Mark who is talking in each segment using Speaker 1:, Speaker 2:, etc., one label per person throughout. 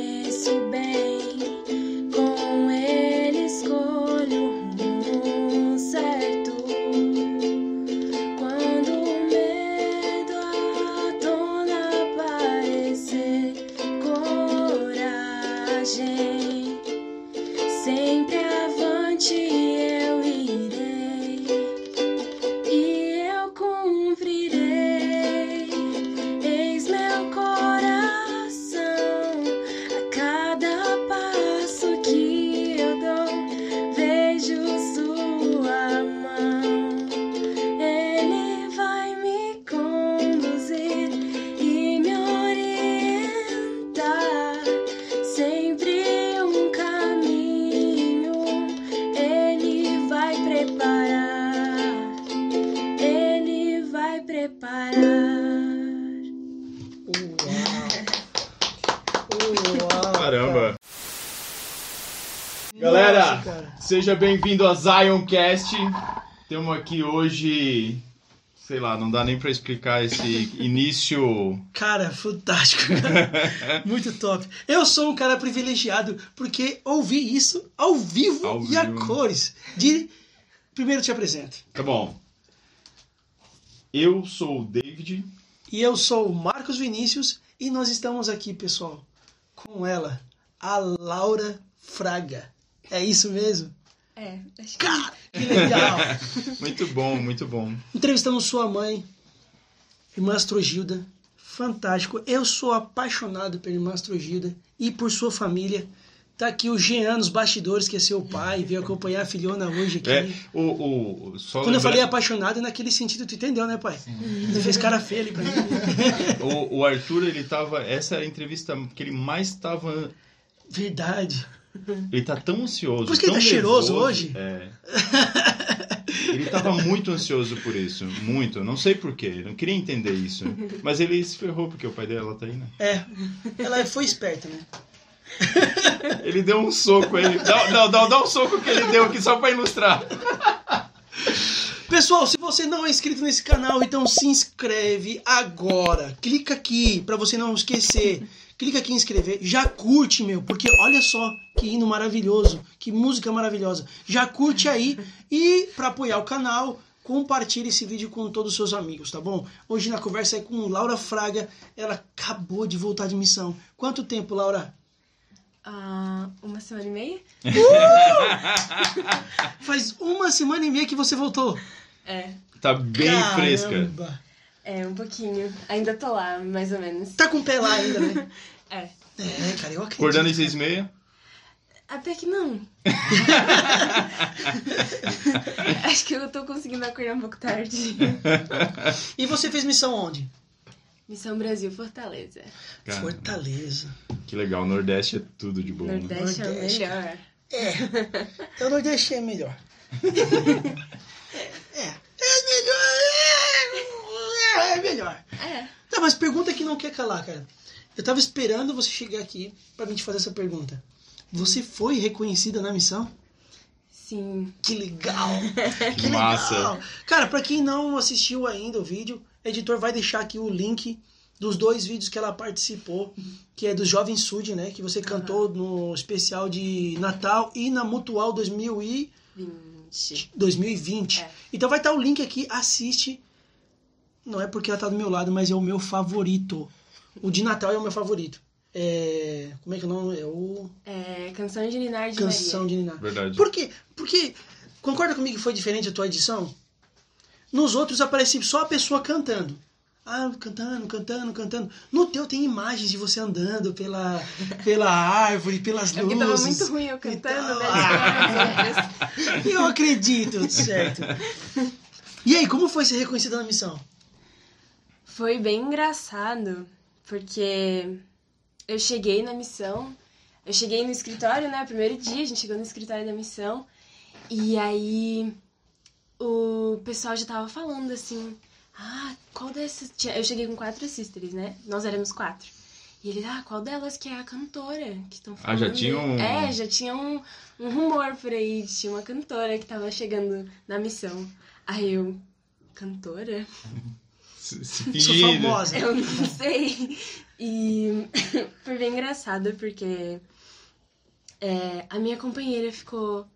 Speaker 1: um separar.
Speaker 2: Caramba.
Speaker 3: Nossa,
Speaker 2: Galera,
Speaker 3: cara.
Speaker 2: seja bem-vindo a Zioncast. Temos aqui hoje, sei lá, não dá nem pra explicar esse início.
Speaker 3: Cara, fantástico, cara. Muito top. Eu sou um cara privilegiado porque ouvi isso ao vivo
Speaker 2: Ao
Speaker 3: e
Speaker 2: vivo,
Speaker 3: a
Speaker 2: né?
Speaker 3: cores. De... Primeiro te apresento.
Speaker 2: Tá bom. Eu sou o David.
Speaker 3: E eu sou o Marcos Vinícius e nós estamos aqui, pessoal, com ela, a Laura Fraga. É isso mesmo?
Speaker 1: É, acho que
Speaker 3: Cara, que legal!
Speaker 2: Muito bom, muito bom.
Speaker 3: Entrevistamos sua mãe, irmã Astrogilda. Fantástico. Eu sou apaixonado pela irmã Astrogilda e por sua família. Tá aqui o Jean nos bastidores, que é seu pai, veio acompanhar a filhona hoje aqui.
Speaker 2: É, o, o, só
Speaker 3: Quando eu
Speaker 2: lembrar-
Speaker 3: falei apaixonado, é naquele sentido, tu entendeu, né, pai? Tu fez cara feia ali pra mim.
Speaker 2: o, o Arthur, ele tava. Essa é a entrevista que ele mais tava.
Speaker 3: Verdade.
Speaker 2: Ele tá tão ansioso.
Speaker 3: Por isso que ele
Speaker 2: tão
Speaker 3: tá cheiroso
Speaker 2: nervoso.
Speaker 3: hoje.
Speaker 2: É. Ele tava muito ansioso por isso, muito. Não sei porquê, não queria entender isso. Mas ele se ferrou porque o pai dela tá aí, né?
Speaker 3: É, ela foi esperta, né?
Speaker 2: Ele deu um soco, ele. Dá, não, dá, dá um soco que ele deu aqui só pra ilustrar.
Speaker 3: Pessoal, se você não é inscrito nesse canal, então se inscreve agora. Clica aqui pra você não esquecer. Clica aqui em inscrever. Já curte, meu, porque olha só que hino maravilhoso, que música maravilhosa. Já curte aí e pra apoiar o canal, compartilhe esse vídeo com todos os seus amigos, tá bom? Hoje na conversa é com Laura Fraga. Ela acabou de voltar de missão. Quanto tempo, Laura?
Speaker 1: ah, uma semana e meia?
Speaker 3: Faz uma semana e meia que você voltou.
Speaker 1: É,
Speaker 2: Tá bem
Speaker 3: Caramba.
Speaker 2: fresca.
Speaker 1: é, um pouquinho. Ainda tô lá, mais ou menos.
Speaker 3: Tá com o pé lá ainda, né?
Speaker 1: É.
Speaker 3: É, cara, eu acredito.
Speaker 2: Acordando em seis e meia.
Speaker 1: Até que não. acho que eu tô conseguindo acordar um pouco tarde.
Speaker 3: E você fez missão onde?
Speaker 1: Missão Brasil, Fortaleza.
Speaker 2: Cara,
Speaker 3: Fortaleza.
Speaker 2: Que legal, Nordeste é tudo de bom. né?
Speaker 1: Nordeste, é o
Speaker 3: Nordeste,
Speaker 1: melhor.
Speaker 3: É. Eu não deixei melhor. é. É melhor. É, é melhor.
Speaker 1: É.
Speaker 3: Tá, mas pergunta que não quer calar, cara. Eu tava esperando você chegar aqui pra mim te fazer essa pergunta. Você foi reconhecida na missão?
Speaker 1: Sim.
Speaker 3: Que legal! é Que
Speaker 2: massa.
Speaker 3: legal! Cara, pra quem não assistiu ainda o vídeo, o editor vai deixar aqui o link dos dois vídeos que ela participou, que é do Jovem Sud, né? Que você cantou no especial de Natal e na Mutual 2000 e
Speaker 1: 20.
Speaker 3: 2020.
Speaker 1: É.
Speaker 3: Então vai estar o link aqui, assiste. Não é porque ela tá do meu lado, mas é o meu favorito. O de Natal é o meu favorito. É... Como é que é o nome? É o
Speaker 1: É, canção de Ninar de
Speaker 3: Canção
Speaker 1: Maria.
Speaker 3: de Niná.
Speaker 2: Verdade.
Speaker 3: Por quê? Porque, concorda comigo que foi diferente a tua edição? Nos outros aparece só a pessoa cantando. Ah, cantando, cantando, cantando. No teu tem imagens de você andando pela, pela árvore, pelas
Speaker 1: É
Speaker 3: luzes.
Speaker 1: porque tava muito ruim eu
Speaker 3: Então.
Speaker 1: cantando, né?
Speaker 3: Ah. Eu acredito, certo. E aí, como foi ser reconhecida na missão?
Speaker 1: Foi bem engraçado, porque eu cheguei na missão, eu cheguei no escritório, né? Primeiro dia, a gente chegou no escritório da missão, e aí o pessoal já tava falando assim: Ah, qual dessas. tinha- Eu cheguei com quatro sisters, né? Nós éramos quatro. E ele, ah, qual delas que é a cantora que estão
Speaker 2: Ah,
Speaker 1: falando?
Speaker 2: já tinha um-
Speaker 1: É, já tinha um, um rumor por aí, de tinha uma cantora que tava chegando na missão. Aí eu, cantora?
Speaker 2: Se, se
Speaker 3: Sou
Speaker 2: fingir, né?
Speaker 3: famosa.
Speaker 1: Eu não sei. E foi bem engraçado porque é, a minha companheira ficou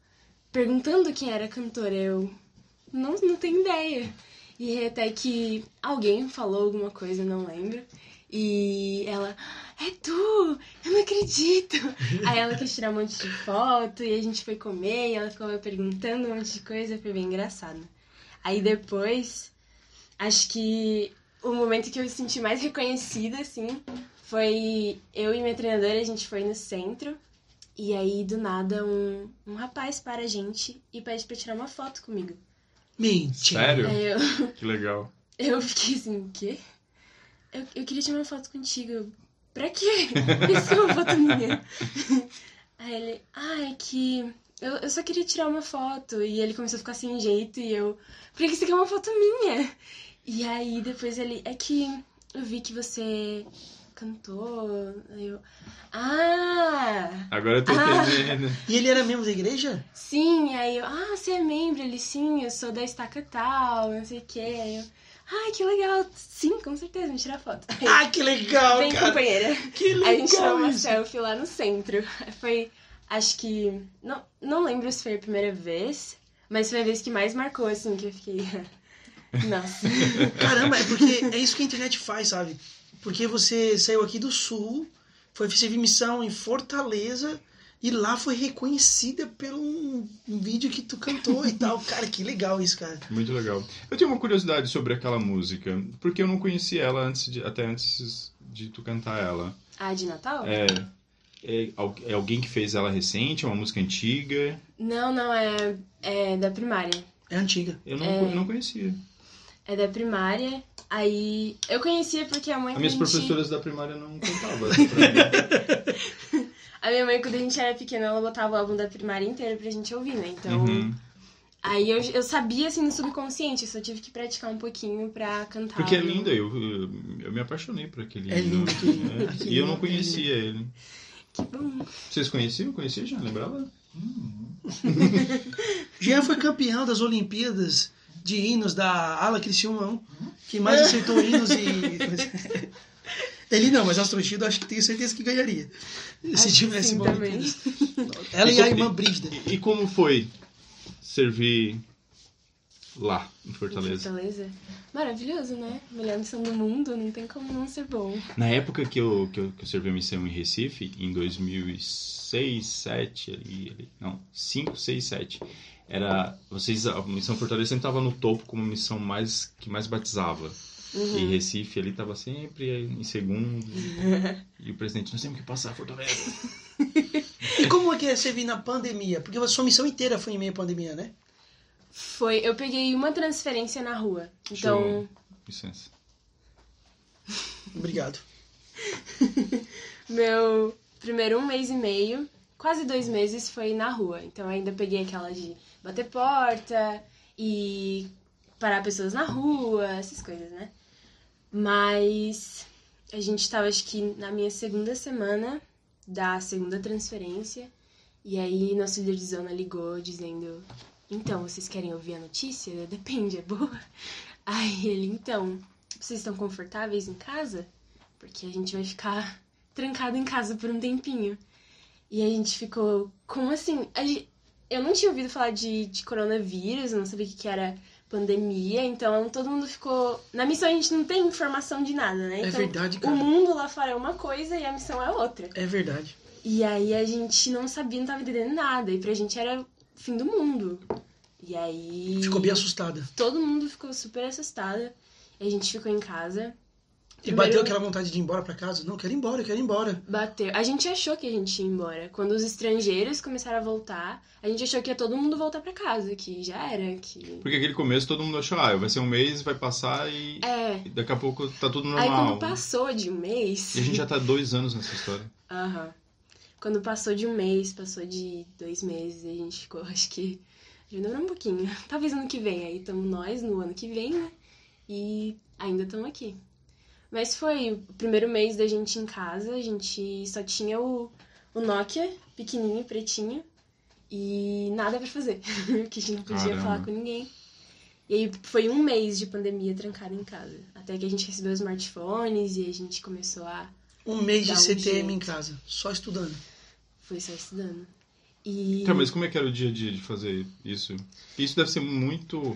Speaker 1: perguntando quem era a cantora. Eu não, não tenho ideia. E até que alguém falou alguma coisa, não lembro. E ela, é tu! Eu não acredito! Aí ela quis tirar um monte de foto e a gente foi comer e ela ficou me perguntando um monte de coisa, foi bem engraçado. Aí depois, acho que o momento que eu me senti mais reconhecida, assim, foi eu e minha treinadora, a gente foi no centro. E aí, do nada, um, um rapaz para a gente e pede pra tirar uma foto comigo.
Speaker 3: Mentira.
Speaker 2: Sério?
Speaker 1: Aí eu,
Speaker 2: Que legal.
Speaker 1: eu fiquei assim, o quê? Eu, eu queria tirar uma foto contigo. Pra quê? Isso é uma foto minha. Aí ele, ah, é que eu, eu só queria tirar uma foto. E ele começou a ficar sem jeito e eu, por que você quer uma foto minha? E aí depois ele. É que eu vi que você cantou. Aí eu. Ah!
Speaker 2: Agora eu tô
Speaker 1: Ah.
Speaker 2: entendendo.
Speaker 3: E ele era membro da igreja?
Speaker 1: Sim, aí eu. Ah, você é membro? Ele sim, eu sou da estaca tal, não sei o quê. Aí eu. Ai, que legal! Sim, com certeza, vamos tirar foto. Aí,
Speaker 3: Ah, que legal,
Speaker 1: Vem,
Speaker 3: cara.
Speaker 1: companheira.
Speaker 3: Que
Speaker 1: Aí a gente tirou
Speaker 3: legal
Speaker 1: uma
Speaker 3: isso.
Speaker 1: selfie lá no centro. Foi, acho que. Não, não lembro se foi a primeira vez, mas foi a vez que mais marcou, assim, que eu fiquei. Nossa.
Speaker 3: Caramba, é porque é isso que a internet faz, sabe? Porque você saiu aqui do sul, foi servir missão em Fortaleza e lá foi reconhecida pelo um, um vídeo que tu cantou e tal. Cara, que legal isso, cara.
Speaker 2: Muito legal. Eu tenho uma curiosidade sobre aquela música, porque eu não conhecia ela antes de, até antes de tu cantar ela.
Speaker 1: ah, de Natal?
Speaker 2: É, é, al- é alguém que fez ela recente, é uma música antiga.
Speaker 1: Não, não, é, é da primária.
Speaker 3: É antiga.
Speaker 2: Eu não,
Speaker 1: É.
Speaker 2: não conhecia.
Speaker 1: É da primária. Aí eu conhecia porque a mãe.
Speaker 2: As minhas
Speaker 1: quando a gente-
Speaker 2: professoras da primária não cantavam essa pra mim.
Speaker 1: A minha mãe, quando a gente era pequena, ela botava o álbum da primária inteira pra gente ouvir, né? Então.
Speaker 2: Uhum.
Speaker 1: Aí eu, eu sabia, assim, no subconsciente, eu só tive que praticar um pouquinho pra cantar.
Speaker 2: Porque é
Speaker 1: no-
Speaker 2: linda, eu, eu, eu me apaixonei por aquele
Speaker 3: É
Speaker 2: hino,
Speaker 3: lindo aquele hino,
Speaker 2: né?
Speaker 3: aquele
Speaker 2: E eu não
Speaker 3: hino é lindo.
Speaker 2: conhecia ele.
Speaker 1: Que bom.
Speaker 2: Vocês conheciam? Conhecia já? Lembrava? Hum.
Speaker 3: Jean foi campeão das Olimpíadas de hinos da Ala Criciúma 1, que mais aceitou hinos e. Ele não, mas Astro Chido acho que tenho certeza que ganharia. Se
Speaker 1: Acho que
Speaker 3: tivesse
Speaker 1: sim
Speaker 3: uma
Speaker 1: também.
Speaker 3: Olimpíada. Ela e a irmã Brígida.
Speaker 2: E, e como foi servir lá, em Fortaleza?
Speaker 1: Fortaleza. Maravilhoso, né? Melhor missão do mundo, não tem como não ser bom.
Speaker 2: Na época que eu, que eu, que eu servi a missão em Recife, em 2006, 7 ali, ali, não, 5, 6, 7, era, vocês, a missão Fortaleza sempre estava no topo como a missão mais, que mais batizava. E
Speaker 1: Uhum.
Speaker 2: Recife ali estava sempre em segundo. e o presidente, nós temos que passar Fortaleza.
Speaker 3: E como é que é servir na pandemia? Porque a sua missão inteira foi em meio à pandemia, né?
Speaker 1: Foi, eu peguei uma transferência na rua. Então,
Speaker 2: Show. Licença.
Speaker 3: Obrigado.
Speaker 1: meu primeiro um mês e meio, quase dois meses, foi na rua. Então, eu ainda peguei aquela de bater porta e parar pessoas na rua, essas coisas, né? Mas a gente tava, acho que, na minha segunda semana da segunda transferência. E aí, nosso líder de zona ligou dizendo: Então, vocês querem ouvir a notícia? Eu, Depende, é boa. Aí ele: Então, vocês estão confortáveis em casa? Porque a gente vai ficar trancado em casa por um tempinho. E a gente ficou: Como assim? A gente- eu não tinha ouvido falar de, de coronavírus, eu não sabia o que, que era pandemia, então todo mundo ficou. Na missão a gente não tem informação de nada, né?
Speaker 3: É
Speaker 1: Então,
Speaker 3: verdade,
Speaker 1: o
Speaker 3: cara.
Speaker 1: mundo lá fora é uma coisa e a missão é outra.
Speaker 3: É verdade.
Speaker 1: E aí a gente não sabia, não tava entendendo nada. E pra gente era o fim do mundo. E aí.
Speaker 3: Ficou bem assustada.
Speaker 1: Todo mundo ficou super assustada. E a gente ficou em casa.
Speaker 3: E
Speaker 1: Primeiro-
Speaker 3: bateu aquela vontade de ir embora pra casa? Não, quero ir embora, quero ir embora.
Speaker 1: Bateu. A gente achou que a gente ia embora. Quando os estrangeiros começaram a voltar, a gente achou que ia todo mundo voltar pra casa, que já era, que.
Speaker 2: Porque aquele começo todo mundo achou, ah, vai ser um mês, vai passar e,
Speaker 1: É.
Speaker 2: e daqui a pouco tá tudo
Speaker 1: Aí quando
Speaker 2: normal.
Speaker 1: passou de um mês.
Speaker 2: E a gente já tá dois anos nessa história.
Speaker 1: Aham. Quando passou de um mês, passou de dois meses, a gente ficou, acho que. Já demorou um pouquinho. Talvez ano que vem. Aí estamos nós no ano que vem, né? E ainda estamos aqui. Mas foi o primeiro mês da gente em casa, a gente só tinha o, o Nokia, pequenininho, pretinho, e nada pra fazer, porque a gente não podia
Speaker 2: Caramba.
Speaker 1: falar com ninguém. E aí foi um mês de pandemia trancada em casa, até que a gente recebeu os smartphones e a gente começou a
Speaker 3: Um mês de
Speaker 1: Dá um
Speaker 3: CTM
Speaker 1: jeito.
Speaker 3: em casa, só estudando.
Speaker 1: Foi só estudando. E.
Speaker 2: Tá, mas como é que era o dia a dia de fazer isso? Isso deve ser muito.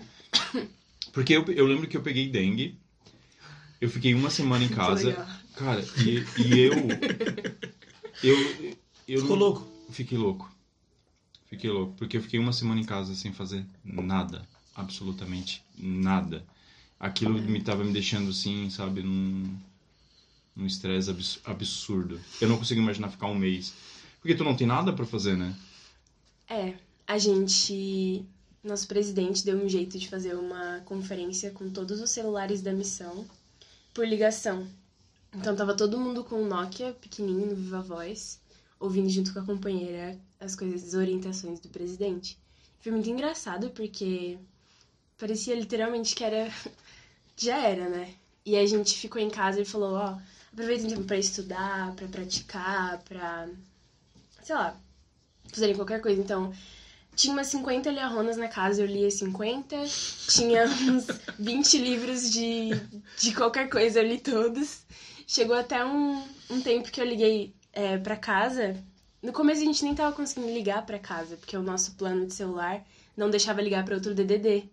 Speaker 2: Porque eu, eu lembro que eu peguei dengue, eu fiquei uma semana em
Speaker 1: Muito
Speaker 2: casa.
Speaker 1: legal.
Speaker 2: Cara, e, e eu. Eu. eu
Speaker 3: Ficou
Speaker 2: não-
Speaker 3: louco?
Speaker 2: Fiquei louco. Fiquei louco. Porque eu fiquei uma semana em casa sem fazer nada. Absolutamente nada. Aquilo me tava me deixando assim, sabe, num. num estresse abs- absurdo. Eu não consigo imaginar ficar um mês. Porque tu não tem nada pra fazer, né?
Speaker 1: É, a gente. Nosso presidente deu um jeito de fazer uma conferência com todos os celulares da missão por ligação. Então tava todo mundo com o Nokia, pequenininho, no Viva Voz, ouvindo junto com a companheira as coisas, as orientações do presidente. Foi muito engraçado porque parecia literalmente que era já era, né? E a gente ficou em casa e falou, ó, aproveitem o tempo tipo, pra estudar, pra praticar, pra, sei lá, fazerem qualquer coisa. Então, tinha umas 50 liarronas na casa, eu lia 50. Tinha uns 20 livros de, de qualquer coisa, eu li todos. Chegou até um, um tempo que eu liguei é, pra casa. No começo a gente nem tava conseguindo ligar pra casa, porque o nosso plano de celular não deixava ligar pra outro DDD.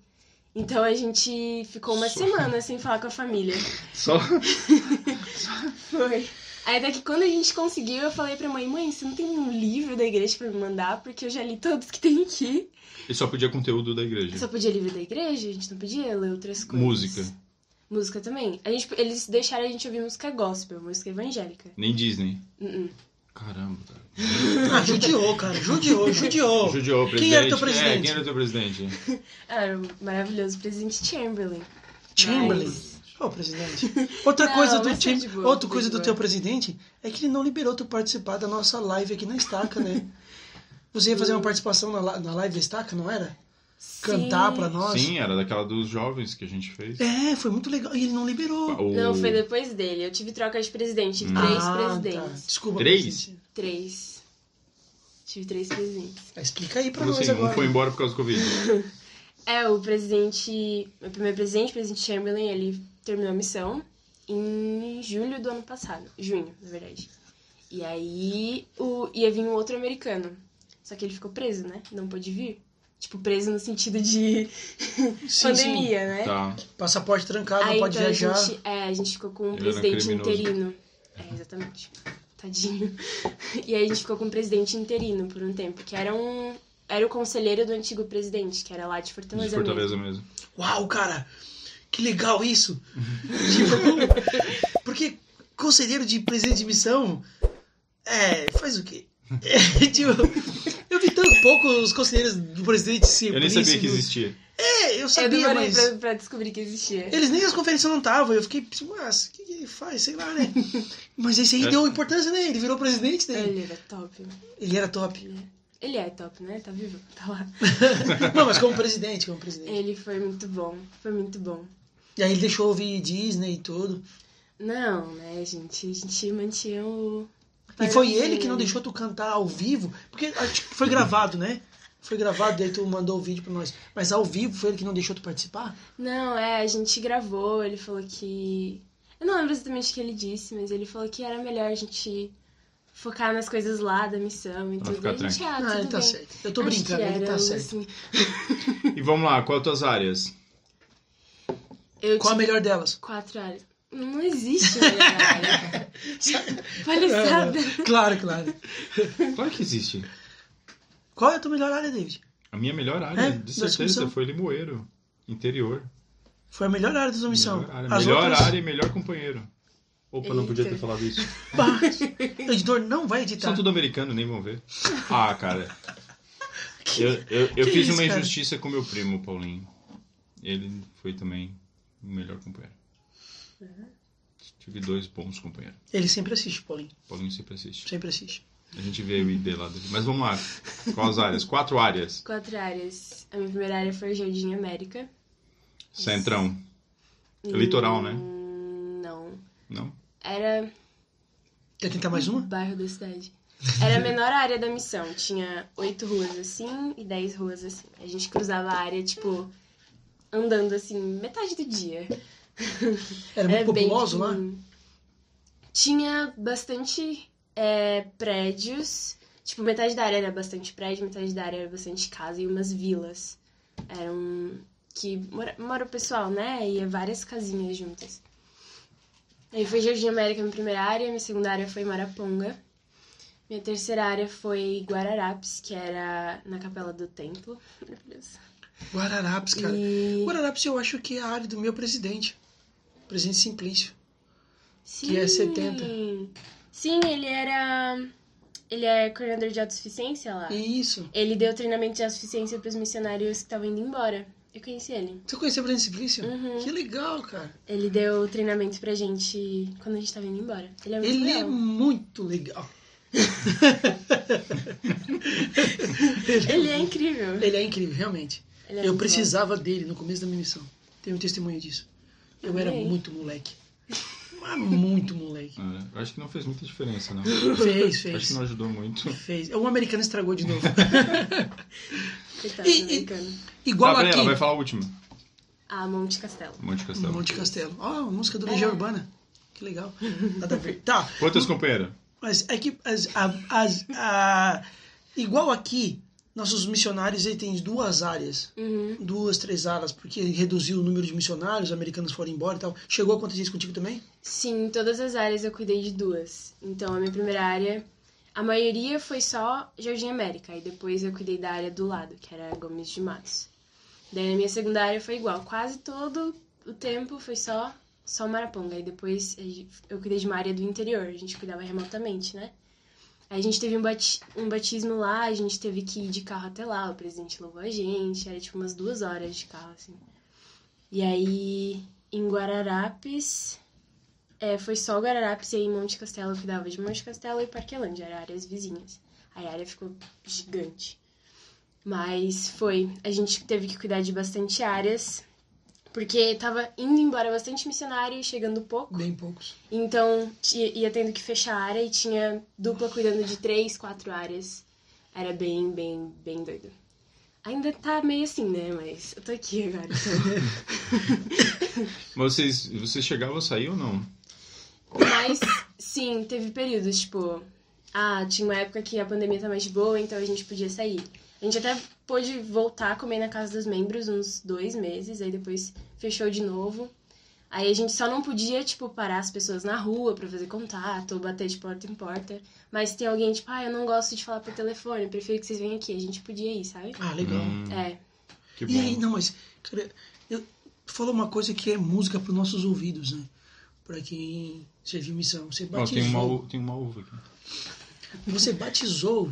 Speaker 1: Então a gente ficou uma
Speaker 2: Só-
Speaker 1: semana sem falar com a família.
Speaker 2: Só.
Speaker 1: Foi. Aí até que quando a gente conseguiu, eu falei pra mãe, mãe, você não tem um livro da igreja pra me mandar? Porque eu já li todos que tem aqui.
Speaker 2: E só podia conteúdo da igreja.
Speaker 1: Só podia livro da igreja, a gente não podia ler outras coisas.
Speaker 2: Música.
Speaker 1: Música também. A gente, eles deixaram a gente ouvir música gospel, música evangélica.
Speaker 2: Nem Disney.
Speaker 1: Uh
Speaker 3: Uh-uh.
Speaker 1: -uh.
Speaker 2: Caramba, cara.
Speaker 3: Ah, judiou, cara. Judiou, judiou.
Speaker 2: Judiou o presidente.
Speaker 3: Quem era teu
Speaker 2: É,
Speaker 3: presidente?
Speaker 2: quem era teu presidente?
Speaker 1: Ah, era o maravilhoso presidente Chamberlain.
Speaker 3: Chamberlain.
Speaker 1: Mas-
Speaker 3: Ô, presidente. Outra
Speaker 1: Não,
Speaker 3: coisa
Speaker 1: mas
Speaker 3: do
Speaker 1: tá
Speaker 3: Cham-
Speaker 1: de boa,
Speaker 3: outra
Speaker 1: tá de
Speaker 3: coisa do
Speaker 1: boa.
Speaker 3: teu presidente é que ele não liberou tu participar da nossa live aqui na Estaca, né? Você ia fazer uma participação na, la- na live da Estaca, não era? Cantar
Speaker 1: Sim.
Speaker 3: pra nós.
Speaker 2: Sim, era daquela dos jovens que a gente fez. Ah,
Speaker 3: É, foi muito legal. E ele não liberou.
Speaker 2: O-
Speaker 1: Não, foi depois dele. Eu tive troca de presidente. Tive
Speaker 2: Ah,
Speaker 1: três
Speaker 3: tá.
Speaker 1: presidentes.
Speaker 3: Desculpa.
Speaker 2: Três?
Speaker 3: presidente.
Speaker 1: Três. Tive três presidentes.
Speaker 3: Ah, Explica aí pra
Speaker 2: Como
Speaker 3: nós
Speaker 2: assim, um
Speaker 3: agora.
Speaker 2: foi embora por causa do Covid.
Speaker 1: É, o presidente... Meu primeiro presidente, o presidente Chamberlain, ele terminou a missão em julho do ano passado. Junho, na verdade. E aí o, ia vir um outro americano. Só que ele ficou preso, né? Não pôde vir. Tipo, preso no sentido de
Speaker 3: Sim, sim.
Speaker 1: pandemia, né?
Speaker 2: Tá.
Speaker 3: Então, Passaporte trancado, não
Speaker 1: Aí
Speaker 3: pode
Speaker 1: então
Speaker 3: viajar.
Speaker 1: a gente, é, a gente ficou com um
Speaker 2: Ele era
Speaker 1: presidente
Speaker 2: criminoso.
Speaker 1: interino. É, exatamente. Tadinho. E aí a gente ficou com um presidente interino por um tempo, que era um. Era o conselheiro do antigo presidente, que era lá de Fortaleza.
Speaker 3: é
Speaker 2: De Fortaleza mesmo.
Speaker 3: Uau, cara! Que legal isso! Tipo, porque conselheiro de presidente de missão é, faz o quê? É, tipo, eu vi tão pouco os conselheiros do presidente ser
Speaker 2: Eu nem sabia que
Speaker 3: príncipe.
Speaker 2: existia.
Speaker 3: É, eu
Speaker 1: mesmo. Eu
Speaker 3: sabia,
Speaker 1: demorei
Speaker 3: mas
Speaker 1: pra, pra descobrir que existia.
Speaker 3: eles nem as conferências não estavam. Eu fiquei, tipo, mas o que, que ele faz? Sei lá, né? Mas esse aí
Speaker 2: É.
Speaker 3: deu importância, né? Ele virou presidente, né?
Speaker 1: Ele era top.
Speaker 3: Ele era top.
Speaker 1: Ele é top, né? Tá vivo, tá lá.
Speaker 3: Não, mas como presidente, como presidente.
Speaker 1: Ele foi muito bom, foi muito bom.
Speaker 3: E aí ele deixou ouvir Disney e tudo.
Speaker 1: Não, né, gente? A gente mantinha o.
Speaker 3: E foi
Speaker 1: assim,
Speaker 3: ele que não
Speaker 1: né?
Speaker 3: deixou tu cantar ao vivo, porque acho que foi gravado, né? Foi gravado, daí tu mandou o vídeo pra nós. Mas ao vivo foi ele que não deixou tu participar?
Speaker 1: Não, é, a gente gravou, ele falou que. Eu não lembro exatamente o que ele disse, mas ele falou que era melhor a gente focar nas coisas lá da missão e
Speaker 2: Pra
Speaker 1: tudo.
Speaker 2: ficar
Speaker 1: E a gente, ah, tudo
Speaker 3: ele tá
Speaker 1: bem.
Speaker 3: certo. Eu tô
Speaker 1: Acho
Speaker 3: brincando,
Speaker 1: que
Speaker 3: ele
Speaker 1: era,
Speaker 3: tá certo.
Speaker 1: assim.
Speaker 2: E vamos lá, qual as tuas áreas?
Speaker 1: Eu
Speaker 3: Qual a
Speaker 1: tive
Speaker 3: melhor delas?
Speaker 1: quatro áreas. Não existe melhor área. Palhaçada.
Speaker 3: claro, claro.
Speaker 2: Claro que existe.
Speaker 3: Qual é a tua melhor área, David?
Speaker 2: A minha melhor área,
Speaker 3: É,
Speaker 2: de
Speaker 3: da
Speaker 2: certeza,
Speaker 3: Assunção.
Speaker 2: foi Limoeiro. Interior.
Speaker 3: Foi a melhor área da tua missão.
Speaker 2: Melhor, área,
Speaker 3: As
Speaker 2: melhor
Speaker 3: outras-
Speaker 2: área e melhor companheiro. Opa, não podia
Speaker 1: Eita.
Speaker 2: ter falado isso.
Speaker 3: Bah, o editor não vai editar.
Speaker 2: São tudo americano, nem vão ver. Ah, cara. Eu, eu, eu
Speaker 3: que
Speaker 2: fiz
Speaker 3: isso,
Speaker 2: uma
Speaker 3: cara?
Speaker 2: injustiça com meu primo, Paulinho. Ele foi também o melhor companheiro.
Speaker 3: Uhum.
Speaker 2: Tive dois bons companheiros.
Speaker 3: Ele sempre assiste, Paulinho.
Speaker 2: Paulinho sempre assiste.
Speaker 3: Sempre assiste.
Speaker 2: A gente vê o ID lá dele. Mas vamos lá. Qual as áreas? Quatro áreas.
Speaker 1: Quatro áreas. A minha primeira área foi Jardim América.
Speaker 2: Centrão. Litoral, né?
Speaker 1: Hum, Não.
Speaker 2: Não?
Speaker 1: Era
Speaker 3: Quer tentar mais uma?
Speaker 1: Bairro da cidade. Era a menor área da missão. Tinha oito ruas assim e dez ruas assim. A gente cruzava a área, tipo, andando assim, metade do dia.
Speaker 3: Era É
Speaker 1: É
Speaker 3: muito populoso lá?
Speaker 1: pequenininho. Tinha bastante é, prédios. Tipo, metade da área era bastante prédio, metade da área era bastante casa e umas vilas. Eram que mora, mora o pessoal, né? E é várias casinhas juntas. Aí foi Jardim América minha primeira área, minha segunda área foi Maraponga. Minha terceira área foi Guararapes, que era na Capela do Templo. Maravilhoso.
Speaker 3: Guararapes, cara.
Speaker 1: E...
Speaker 3: Guararapes eu acho que é a área do meu presidente. Presidente Simplício.
Speaker 1: Sim.
Speaker 3: que é 70.
Speaker 1: Sim, ele era. Ele é coordenador de autossuficiência lá.
Speaker 3: Isso.
Speaker 1: Ele deu treinamento de autossuficiência pros missionários que estavam indo embora. Eu conheci ele.
Speaker 3: Você conheceu o Brandon Simplício?
Speaker 1: Uhum.
Speaker 3: Que legal, cara.
Speaker 1: Ele deu treinamento pra gente quando a gente tava indo embora. Ele é muito
Speaker 3: Ele é
Speaker 1: legal.
Speaker 3: muito legal.
Speaker 1: Ele é incrível.
Speaker 3: Ele é incrível, realmente.
Speaker 1: Ele é muito
Speaker 3: Eu
Speaker 1: bom.
Speaker 3: precisava dele no começo da minha missão. Tenho um testemunho disso. Eu era
Speaker 1: Amei.
Speaker 3: muito moleque. Mas Muito moleque.
Speaker 2: É, eu acho que não fez muita diferença, não.
Speaker 3: Fez,
Speaker 2: Acho que
Speaker 3: fez.
Speaker 2: não ajudou muito.
Speaker 3: Fez. O americano estragou de novo.
Speaker 1: Coitado
Speaker 3: E- e-
Speaker 1: americano.
Speaker 3: Igual
Speaker 2: ah, peraí, ela vai
Speaker 3: aqui.
Speaker 2: falar a última.
Speaker 1: Ah, Monte Castelo.
Speaker 2: Monte Castelo.
Speaker 3: Monte Castelo. Ó, a música do Legião Urbana. Que legal. Nada a ver. Tá.
Speaker 2: Quantas, companheira?
Speaker 3: Mas é que as, a- as- a- igual aqui, nossos missionários aí tem duas áreas,
Speaker 1: Uhum.
Speaker 3: duas, três áreas, porque reduziu o número de missionários, os americanos foram embora e tal. Chegou a acontecer isso contigo também?
Speaker 1: Sim, em todas as áreas eu cuidei de duas. Então, a minha primeira área, a maioria foi só Jardim América. E depois eu cuidei da área do lado, que era Gomes de Matos. Daí a minha segunda área foi igual. Quase todo o tempo foi só, só Maraponga. E depois a gen- eu cuidei de uma área do interior. A gente cuidava remotamente, né? Aí a gente teve um, bati- um batismo lá, a gente teve que ir de carro até lá. O presidente levou a gente. Era tipo umas duas horas de carro, assim. E aí, em Guararapes... É, foi só o Guararapes e aí Monte Castelo, que dava de Monte Castelo e Parquelândia, eram áreas vizinhas. Aí a área ficou gigante. Mas foi, a gente teve que cuidar de bastante áreas, porque tava indo embora bastante missionário e chegando pouco.
Speaker 3: Bem poucos.
Speaker 1: Então ti- ia tendo que fechar a área e tinha dupla cuidando de três, quatro áreas. Era bem, bem, bem doido. Ainda tá meio assim, né? Mas eu tô aqui agora. então.
Speaker 2: Mas vocês, vocês chegavam a sair ou não?
Speaker 1: Mas, sim, teve períodos, tipo... Ah, tinha uma época que a pandemia tá mais de boa, então a gente podia sair. A gente até pôde voltar a comer na casa dos membros uns dois meses, aí depois fechou de novo. Aí a gente só não podia, tipo, parar as pessoas na rua pra fazer contato, ou bater de porta em porta. Mas tem alguém, tipo, ah, eu não gosto de falar por telefone, prefiro que vocês venham aqui. A gente podia ir, sabe?
Speaker 3: Ah, legal.
Speaker 2: Hum,
Speaker 1: É.
Speaker 2: que bom.
Speaker 3: E aí, não, mas, cara, eu falo uma coisa que é música para nossos ouvidos, né? Para quem serviu missão. Você
Speaker 2: Ó, tem, uma,
Speaker 3: batizou,
Speaker 2: u- tem uma uva aqui.
Speaker 3: você batizou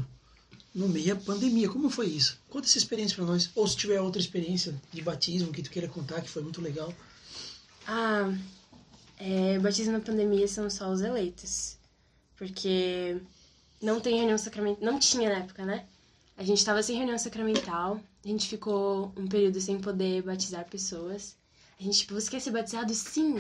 Speaker 3: no meio da pandemia. Como foi isso? Conta essa experiência para nós. Ou se tiver outra experiência de batismo que tu queira contar, que foi muito legal.
Speaker 1: Ah, é, batismo na pandemia são só os eleitos. Porque não tem reunião sacramental. Não tinha na época, né? A gente tava sem reunião sacramental. A gente ficou um período sem poder batizar pessoas. A gente, tipo, você quer ser batizado? Sim!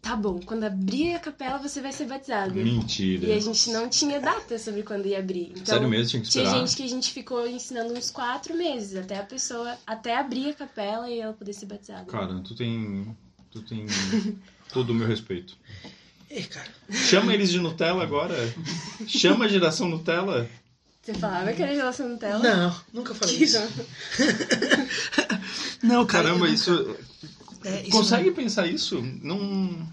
Speaker 1: Tá bom, quando abrir a capela você vai ser batizado.
Speaker 2: Mentira.
Speaker 1: E a gente não tinha data sobre quando ia abrir. Então,
Speaker 3: um-
Speaker 2: Sério mesmo, tinha que
Speaker 1: tinha
Speaker 2: esperar.
Speaker 1: gente que a gente ficou ensinando uns quatro meses até a pessoa, até abrir a capela e ela poder ser batizada.
Speaker 2: Cara, tu tem. Tu tem todo o meu respeito.
Speaker 3: É, cara.
Speaker 2: Chama eles de Nutella agora? Chama a geração Nutella?
Speaker 1: Você falava que era relação Nutella?
Speaker 3: Não, nunca falei
Speaker 1: Que
Speaker 3: isso.
Speaker 1: não.
Speaker 3: Não, Tá cara.
Speaker 2: Caramba,
Speaker 3: eu-
Speaker 2: isso.
Speaker 3: É, isso
Speaker 2: Consegue pensar isso? Não.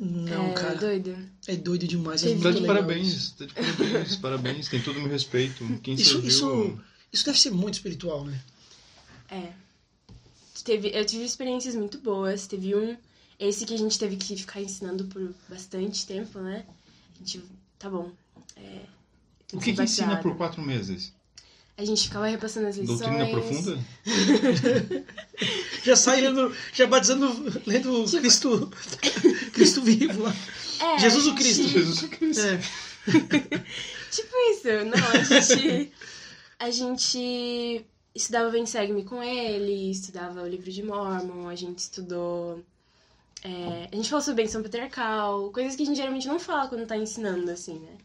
Speaker 3: Não,
Speaker 1: é,
Speaker 3: cara.
Speaker 1: doido.
Speaker 3: É doido demais. É
Speaker 1: Teve-
Speaker 3: muito
Speaker 2: Tá de
Speaker 3: legal
Speaker 2: parabéns, tá de parabéns, parabéns, tem todo o meu respeito. Quem
Speaker 3: Isso,
Speaker 2: serviu.
Speaker 3: isso, isso deve ser muito espiritual, né?
Speaker 1: É. Teve, eu tive experiências muito boas. Teve um, esse que a gente teve que ficar ensinando por bastante tempo, né? A gente, tá bom. É, tem
Speaker 2: O que,
Speaker 1: ser
Speaker 2: que ensina
Speaker 1: batizado.
Speaker 2: por quatro meses?
Speaker 1: A gente ficava repassando as lições.
Speaker 3: é
Speaker 2: Doutrina profunda?
Speaker 3: Já sai lendo, já batizando, lendo
Speaker 1: Tipo-
Speaker 3: Cristo, Cristo vivo lá.
Speaker 1: É, a
Speaker 3: Jesus o
Speaker 1: gente-
Speaker 3: Cristo.
Speaker 2: Jesus Cristo.
Speaker 3: É,
Speaker 1: Tipo isso, não, a gente. A gente estudava Vem Segue-me com ele, estudava o livro de Mormon, a gente estudou. é, a gente falou sobre benção patriarcal, coisas que a gente geralmente não fala quando tá ensinando, assim, né?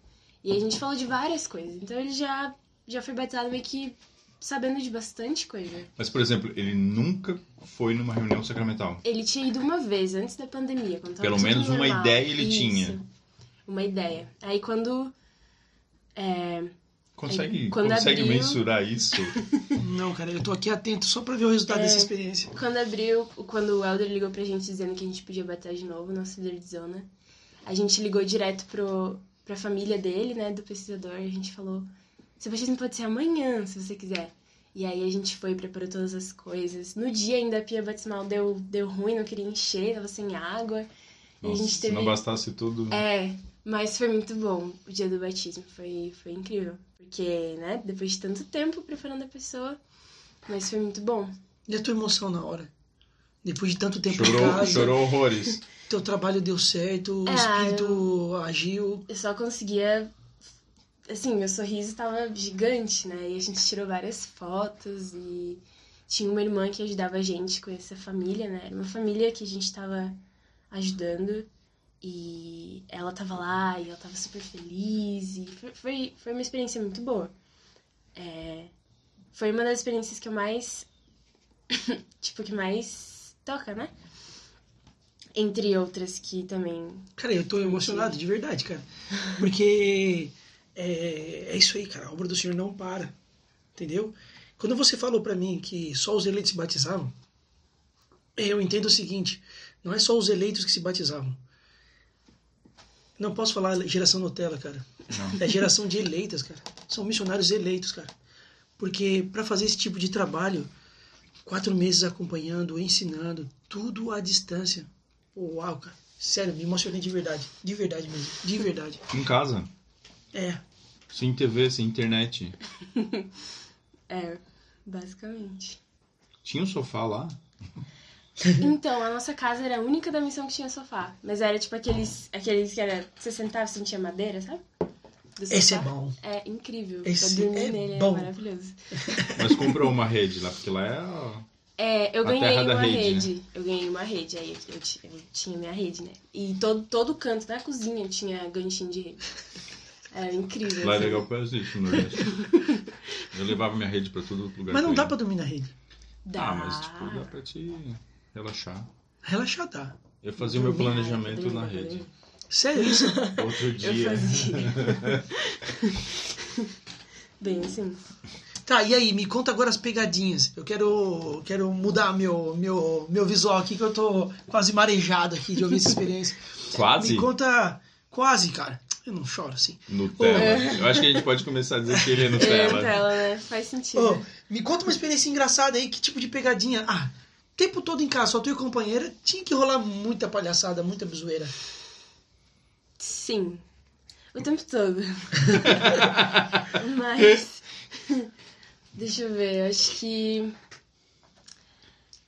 Speaker 1: E a gente falou de várias coisas. Então ele já, já foi batizado meio que sabendo de bastante coisa.
Speaker 2: Mas, por exemplo, ele nunca foi numa reunião sacramental.
Speaker 1: Ele tinha ido uma vez antes da pandemia. Quando tava
Speaker 2: Pelo
Speaker 1: tudo
Speaker 2: menos uma
Speaker 1: normal.
Speaker 2: ideia ele
Speaker 1: Isso,
Speaker 2: tinha.
Speaker 1: Uma ideia. Aí quando. é,
Speaker 2: Consegue,
Speaker 1: Aí, quando
Speaker 2: consegue
Speaker 1: abriu-
Speaker 2: mensurar isso?
Speaker 3: não, cara, eu tô aqui atento só pra ver o
Speaker 1: É.
Speaker 3: resultado dessa experiência.
Speaker 1: Quando abriu, quando o Elder ligou pra gente dizendo que a gente podia bater de novo, nosso líder de zona, a gente ligou direto pro, pra família dele, né, do pesquisador, e a gente falou: seu batismo pode ser amanhã, se você quiser. E aí a gente foi, preparou todas as coisas. No dia ainda a pia batismal deu, deu ruim, não queria encher, tava sem água. e a
Speaker 2: Nossa,
Speaker 1: gente
Speaker 2: se
Speaker 1: teve.
Speaker 2: não né? bastasse tudo.
Speaker 1: É, mas foi muito bom o dia do batismo, foi, foi incrível. Porque, né, depois de tanto tempo preparando a pessoa, mas foi muito bom.
Speaker 3: E a tua emoção na hora? Depois de tanto tempo em
Speaker 2: Chorou,
Speaker 3: casa,
Speaker 2: chorou horrores.
Speaker 3: teu trabalho deu certo, o
Speaker 1: Ah,
Speaker 3: espírito agiu.
Speaker 1: eu só conseguia. Assim, meu sorriso tava gigante, né? E a gente tirou várias fotos e Tinha uma irmã que ajudava a gente com essa família, né? Era uma família que a gente tava ajudando e ela tava lá e ela tava super feliz e foi, foi, foi uma experiência muito boa. É, foi uma das experiências que eu mais. tipo, que mais toca, né? Entre outras que também.
Speaker 3: Cara, eu tô emocionado, de verdade, cara. Porque é, é isso aí, cara. A obra do Senhor não para. Entendeu? Quando você falou para mim que só os eleitos se batizavam, é, eu entendo o seguinte: não é só os eleitos que se batizavam. Não posso falar geração Nutella, cara.
Speaker 2: Não.
Speaker 3: É geração de eleitas, cara. São missionários eleitos, cara. Porque para fazer esse tipo de trabalho, quatro meses acompanhando, ensinando, tudo à distância. Uau, cara. Sério, me emocionei de verdade. De verdade mesmo. De verdade.
Speaker 2: Em casa,
Speaker 3: É.
Speaker 2: sem TV, sem internet.
Speaker 1: É, basicamente.
Speaker 2: Tinha um sofá lá?
Speaker 1: Então, a nossa casa era a única da missão que tinha sofá. Mas era tipo aqueles, aqueles que era. Você sentava e sentia madeira, sabe? Do
Speaker 3: Esse é
Speaker 1: sofá.
Speaker 3: bom.
Speaker 1: É incrível.
Speaker 3: Esse
Speaker 1: pra dormir
Speaker 3: é
Speaker 1: nele
Speaker 3: bom.
Speaker 1: é maravilhoso.
Speaker 2: Mas comprou uma rede lá, porque lá é. a-
Speaker 1: É, eu
Speaker 2: A
Speaker 1: ganhei
Speaker 2: terra da
Speaker 1: uma
Speaker 2: rede, né?
Speaker 1: rede. Eu ganhei uma rede, aí eu, eu ti- eu tinha minha rede, né? E todo, todo canto, na cozinha, tinha ganchinho de rede. Era incrível.
Speaker 2: Lá é
Speaker 1: assim.
Speaker 2: legal por causa disso, no Nordeste. Eu levava minha rede pra todo lugar.
Speaker 3: Mas não
Speaker 2: que
Speaker 3: dá
Speaker 2: eu
Speaker 3: pra
Speaker 2: ia.
Speaker 3: dormir na rede.
Speaker 1: Dá.
Speaker 2: Ah, mas tipo, dá pra te relaxar.
Speaker 3: Relaxar dá.
Speaker 2: Eu fazia meu
Speaker 1: Dormir na
Speaker 2: planejamento
Speaker 1: rede,
Speaker 2: na
Speaker 1: dormir na
Speaker 2: rede.
Speaker 3: tá. Sério isso?
Speaker 2: Outro
Speaker 1: Eu
Speaker 2: dia.
Speaker 1: fazia. Bem assim.
Speaker 3: Tá, e aí, me conta agora as pegadinhas. Eu quero, quero mudar meu, meu, meu visual aqui, que eu tô quase marejado aqui de ouvir essa experiência.
Speaker 2: Quase?
Speaker 3: Me conta. Quase, cara. Eu não choro assim.
Speaker 2: Nutella.
Speaker 3: É.
Speaker 2: Eu acho que a gente pode começar a dizer que ele é
Speaker 1: É,
Speaker 2: Nutella.
Speaker 1: Nutella, né? Faz sentido.
Speaker 3: Ô, me conta uma experiência engraçada aí, que tipo de pegadinha? Ah, tempo todo em casa, só tu e companheira, tinha que rolar muita palhaçada, muita zoeira.
Speaker 1: Sim. O tempo todo. Mas. Deixa eu ver, eu acho que.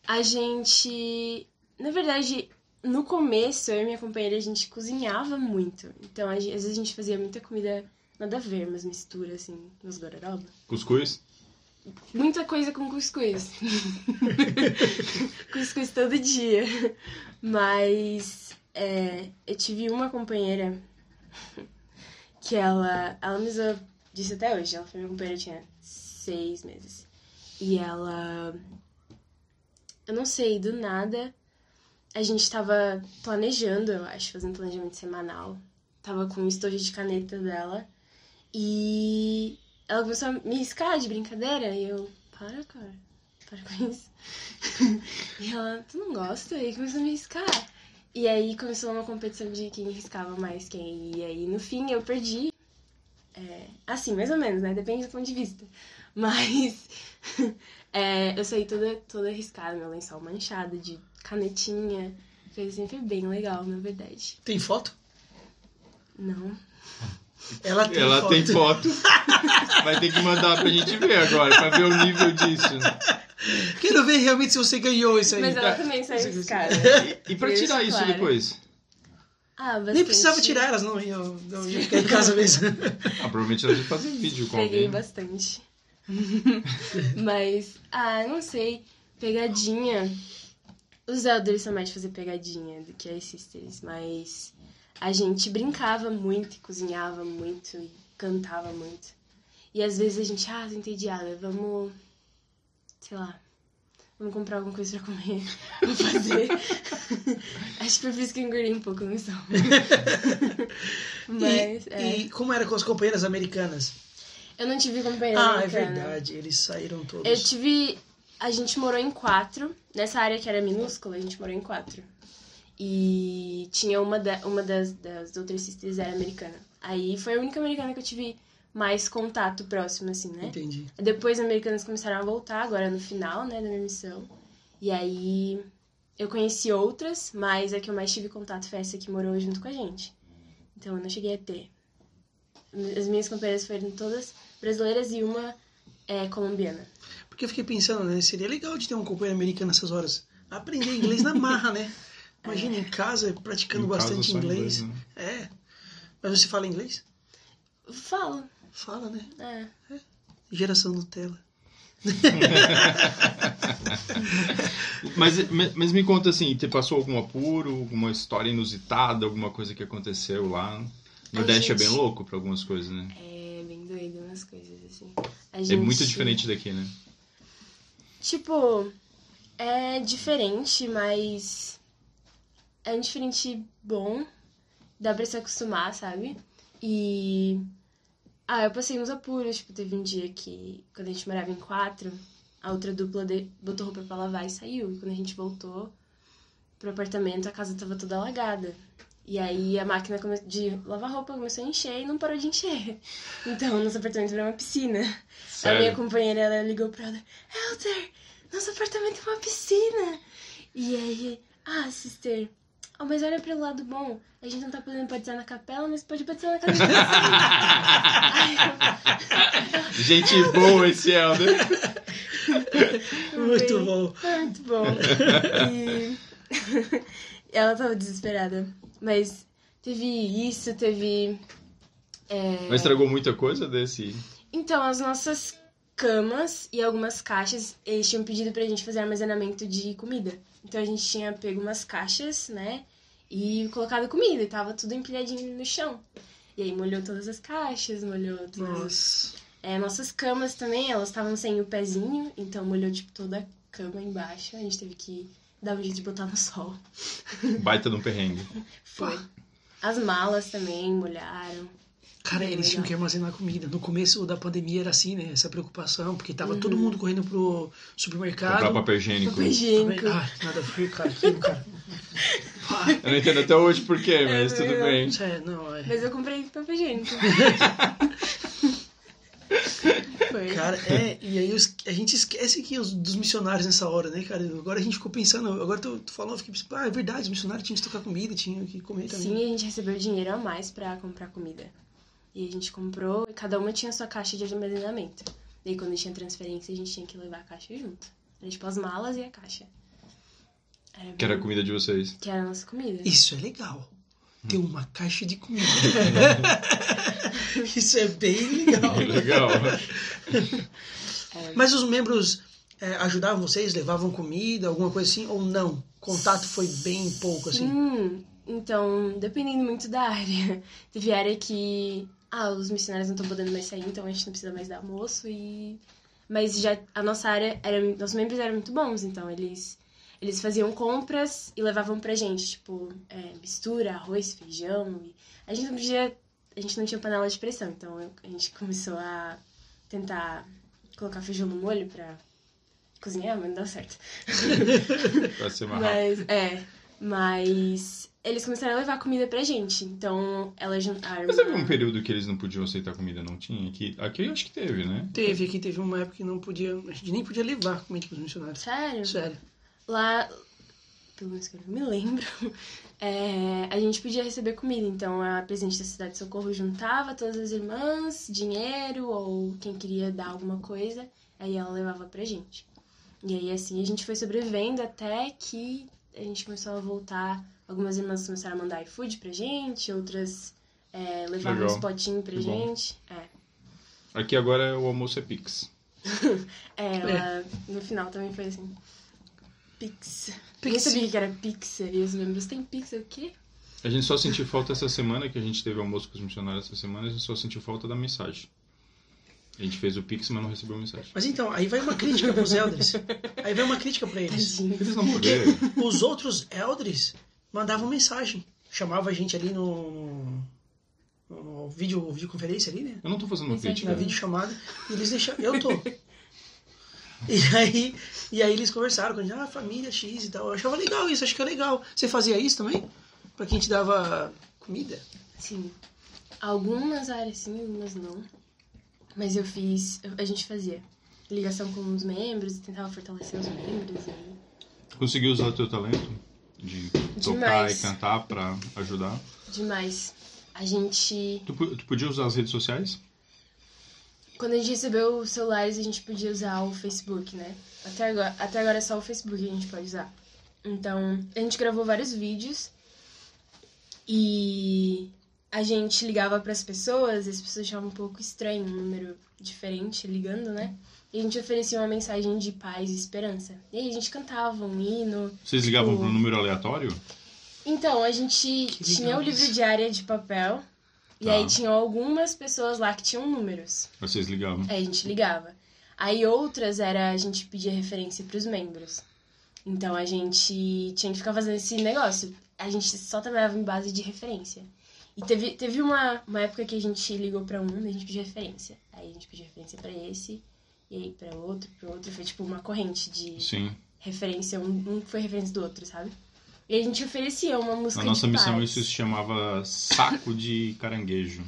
Speaker 1: A gente. Na verdade, no começo, eu e minha companheira, a gente cozinhava muito. Então, a gen- às vezes a gente fazia muita comida nada a ver, mas mistura, assim, nos gororoba.
Speaker 2: Cuscuz?
Speaker 1: Muita coisa com cuscuz. cuscuz todo dia. Mas é, eu tive uma companheira que ela. Ela me zoou disso até hoje. Ela foi minha companheira, tinha seis meses. E ela. Eu não sei, do nada. A gente tava planejando, eu acho, fazendo planejamento semanal. Tava com o estojo de caneta dela. E ela começou a me riscar de brincadeira e eu, para, cara, para com isso. e ela, tu não gosta? E começou a me riscar. E aí começou uma competição de quem riscava mais quem. E aí no fim eu perdi. É, assim, mais ou menos, né? Depende do ponto de vista. Mas é, eu saí toda, toda riscada, meu lençol manchado de canetinha. Foi sempre bem legal, na verdade.
Speaker 3: Tem foto?
Speaker 1: Não.
Speaker 3: Ela tem
Speaker 2: Ela
Speaker 3: foto.
Speaker 2: tem foto. Vai ter que mandar pra gente ver agora, pra ver o nível disso.
Speaker 3: Quero ver realmente se você ganhou isso aí.
Speaker 1: Mas ela
Speaker 2: tá.
Speaker 1: também saiu
Speaker 3: Você-
Speaker 1: riscada.
Speaker 2: E pra tirar isso
Speaker 1: Claro.
Speaker 2: depois?
Speaker 1: Ah,
Speaker 3: Nem
Speaker 1: bastante-
Speaker 3: precisava tirar elas, não. Eu, eu ia ficar em casa mesmo.
Speaker 2: Ah, provavelmente ela vai fazer vídeo com
Speaker 1: Peguei
Speaker 2: alguém.
Speaker 1: bastante. Mas, ah, não sei. Pegadinha. Os elders são mais de fazer pegadinha do que as sisters, mas a gente brincava muito, e cozinhava muito e cantava muito. E às vezes a gente, ah, tô entediada, vamos, sei lá, vamos comprar alguma coisa pra comer, vamos fazer. Acho que foi por isso que eu engordei um pouco no som. mas,
Speaker 3: e,
Speaker 1: é.
Speaker 3: e como era com as companheiras americanas?
Speaker 1: Eu não tive companheira
Speaker 3: Ah, é
Speaker 1: americana.
Speaker 3: verdade. Eles saíram todos.
Speaker 1: Eu tive. A gente morou em quatro. Nessa área que era minúscula, a gente morou em quatro. E tinha uma, da, uma das, das outras sisters era americana. Aí foi a única americana que eu tive mais contato próximo, assim, né?
Speaker 3: Entendi.
Speaker 1: Depois os americanos começaram a voltar, agora no final, né, da minha missão. E aí eu conheci outras, mas a que eu mais tive contato foi essa que morou junto com a gente. Então eu não cheguei a ter. As minhas companheiras foram todas brasileiras e uma é, colombiana.
Speaker 3: Porque eu fiquei pensando, né? Seria legal de ter um companheiro americano nessas horas. Aprender inglês na marra, né? Imagina em casa, praticando
Speaker 2: Em casa,
Speaker 3: bastante
Speaker 2: só
Speaker 3: inglês.
Speaker 2: né?
Speaker 3: É. Mas você fala inglês?
Speaker 1: Falo,
Speaker 3: Fala, né?
Speaker 1: é.
Speaker 3: Geração Nutella.
Speaker 2: Mas, mas me conta assim, te passou algum apuro, alguma história inusitada, alguma coisa que aconteceu lá? O Nordeste
Speaker 1: gente-
Speaker 2: é bem louco pra algumas coisas, né?
Speaker 1: É bem doido umas coisas assim. A
Speaker 2: É
Speaker 1: gente-
Speaker 2: muito diferente daqui, né?
Speaker 1: Tipo, é diferente, mas é um diferente bom. Dá pra se acostumar, sabe? E. Ah, eu passei uns apuros. Tipo, teve um dia que, quando a gente morava em quatro, a outra dupla de- botou roupa pra lavar e saiu. E quando a gente voltou pro apartamento, a casa tava toda alagada. E aí a máquina come- de lavar roupa começou a encher e não parou de encher. Então, nosso apartamento virou uma piscina. A minha companheira, ela ligou pra ela, Helter, nosso apartamento é uma piscina. E aí, ah, sister, ah, mas olha pelo lado bom, a gente não tá podendo batizar na capela, mas pode batizar na capela.
Speaker 2: Gente boa esse Helder.
Speaker 3: Muito bom.
Speaker 1: Muito bom. E ela tava desesperada. Mas teve isso, teve... É.
Speaker 2: Mas estragou muita coisa desse.
Speaker 1: Então, as nossas camas e algumas caixas, eles tinham pedido pra gente fazer armazenamento de comida. Então a gente tinha pego umas caixas, né? E colocado comida, e tava tudo empilhadinho no chão. E aí molhou todas as caixas, molhou todas as...
Speaker 3: Nossa.
Speaker 1: É, nossas camas também, elas estavam sem o pezinho, então molhou tipo toda a cama embaixo. A gente teve que dar um jeito de botar no sol.
Speaker 2: Baita de um perrengue.
Speaker 1: Foi. As malas também molharam.
Speaker 3: Cara,
Speaker 1: Bem
Speaker 3: eles tinham
Speaker 1: legal.
Speaker 3: que armazenar comida. No começo da pandemia era assim, né? Essa preocupação, porque tava todo
Speaker 1: Uhum.
Speaker 3: mundo correndo pro
Speaker 2: Comprar
Speaker 3: supermercado.
Speaker 2: papel higiênico.
Speaker 1: Papel higiênico.
Speaker 3: Ah, nada a ver, cara. Aquilo, cara.
Speaker 2: Eu não entendo até hoje porquê, mas tudo
Speaker 1: verdade.
Speaker 2: bem.
Speaker 3: Isso é, não, é.
Speaker 1: Mas eu comprei papel higiênico. Foi.
Speaker 3: Cara, é, e aí os- a gente esquece que os, dos missionários nessa hora, né, cara? Agora a gente ficou pensando, agora tu, tu falou, eu fiquei pensando, ah, é verdade, os missionários tinham que tocar comida, tinham que comer também.
Speaker 1: Sim, a gente recebeu dinheiro a mais pra comprar comida. E a gente comprou, e cada uma tinha sua caixa de armazenamento. Daí quando tinha transferência, a gente tinha que levar a caixa junto. Era tipo as malas e a caixa. Era
Speaker 2: Que era a
Speaker 1: bem-
Speaker 2: comida de vocês.
Speaker 1: que era a nossa comida.
Speaker 3: Isso é legal. Ter uma caixa de comida. Isso é bem legal.
Speaker 2: Legal.
Speaker 3: Mas os membros é, ajudavam vocês, levavam comida, alguma coisa assim, ou não? Contato foi bem pouco, assim.
Speaker 1: Hum, então, dependendo muito da área. Teve área que, ah, os missionários não estão podendo mais sair, então a gente não precisa mais dar almoço e... Mas já a nossa área, era, nossos membros eram muito bons, então eles, eles faziam compras e levavam pra gente, tipo, é, mistura, arroz, feijão. E a gente não podia, a gente não tinha panela de pressão, então eu- a gente começou a tentar colocar feijão no molho pra cozinhar, mas não deu certo.
Speaker 2: Pra ser mais rápido.
Speaker 1: Mas, é, mas eles começaram a levar comida pra gente. Então, elas juntaram.
Speaker 2: Mas teve um período que eles não podiam aceitar comida, não tinha? Aqui, aqui eu acho que teve, né?
Speaker 3: Teve aqui, teve uma época que não podia, a gente nem podia levar comida para os missionários. É
Speaker 1: Sério?
Speaker 3: Sério.
Speaker 1: Lá, pelo menos que eu não me lembro, é, a gente podia receber comida. Então, a presidente da Cidade de Socorro juntava todas as irmãs, dinheiro ou quem queria dar alguma coisa. Aí ela levava pra gente. E aí, assim, a gente foi sobrevivendo até que a gente começou a voltar. Algumas irmãs começaram a mandar iFood pra gente, outras é, levavam
Speaker 2: Legal.
Speaker 1: uns potinhos pra
Speaker 2: Que bom.
Speaker 1: gente. É.
Speaker 2: Aqui agora o almoço é Pix.
Speaker 1: É, Ela, no final também foi assim. Pix. Eu nem
Speaker 3: Pix.
Speaker 1: sabia que era Pix. E os membros têm Pix, é o quê?
Speaker 2: A gente só sentiu falta essa semana, que a gente teve almoço com os missionários essa semana, a gente só sentiu falta da mensagem. A gente fez o Pix, mas não recebeu mensagem.
Speaker 3: Mas então, aí vai uma crítica pros elders. Aí vai uma crítica para eles.
Speaker 1: Tadinho.
Speaker 2: Eles não
Speaker 3: Porque
Speaker 2: morreram.
Speaker 3: os outros elders mandavam mensagem. Chamava a gente ali no, no, no vídeo, videoconferência ali, né?
Speaker 2: Eu não tô fazendo uma
Speaker 1: Mensagem
Speaker 2: crítica.
Speaker 3: na videochamada, e eles deixaram. Eu tô. E aí, e aí eles conversaram com a gente, ah, família X e tal. Eu achava legal isso, acho que é legal. Você fazia isso também? Pra quem te dava comida?
Speaker 1: Sim. Algumas áreas sim, algumas não. Mas eu fiz. eu- A gente fazia ligação com os membros, tentava fortalecer os membros. E...
Speaker 2: Conseguiu usar teu talento de tocar
Speaker 1: Demais.
Speaker 2: e cantar pra ajudar?
Speaker 1: Demais. A gente.
Speaker 2: Tu, po- tu podia usar as redes sociais?
Speaker 1: Quando a gente recebeu os celulares, a gente podia usar o Facebook, né? Até agora, até agora é só o Facebook que a gente pode usar. Então, a gente gravou vários vídeos e a gente ligava pras pessoas, e as pessoas achavam um pouco estranho um número diferente ligando, né? E a gente oferecia uma mensagem de paz e esperança. E aí a gente cantava um hino.
Speaker 2: Vocês ligavam
Speaker 1: Tipo-
Speaker 2: pro número aleatório?
Speaker 1: Então, a gente tinha
Speaker 3: legal
Speaker 1: o livro
Speaker 3: isso.
Speaker 1: de área de papel. E
Speaker 2: Tá.
Speaker 1: aí tinham algumas pessoas lá que tinham números.
Speaker 2: Vocês ligavam.
Speaker 1: Aí É, a gente ligava. Aí outras era a gente pedia referência pros membros. Então a gente tinha que ficar fazendo esse negócio. A gente só trabalhava em base de referência. E teve, teve uma, uma época que a gente ligou pra um e a gente pediu referência. Aí a gente pediu referência pra esse, e aí pra outro, pro outro. Foi tipo uma corrente de
Speaker 2: Sim.
Speaker 1: referência. Um, um foi referência do outro, sabe? E a gente oferecia uma música
Speaker 2: Na nossa
Speaker 1: de
Speaker 2: missão é
Speaker 1: paz.
Speaker 2: isso se chamava saco de caranguejo.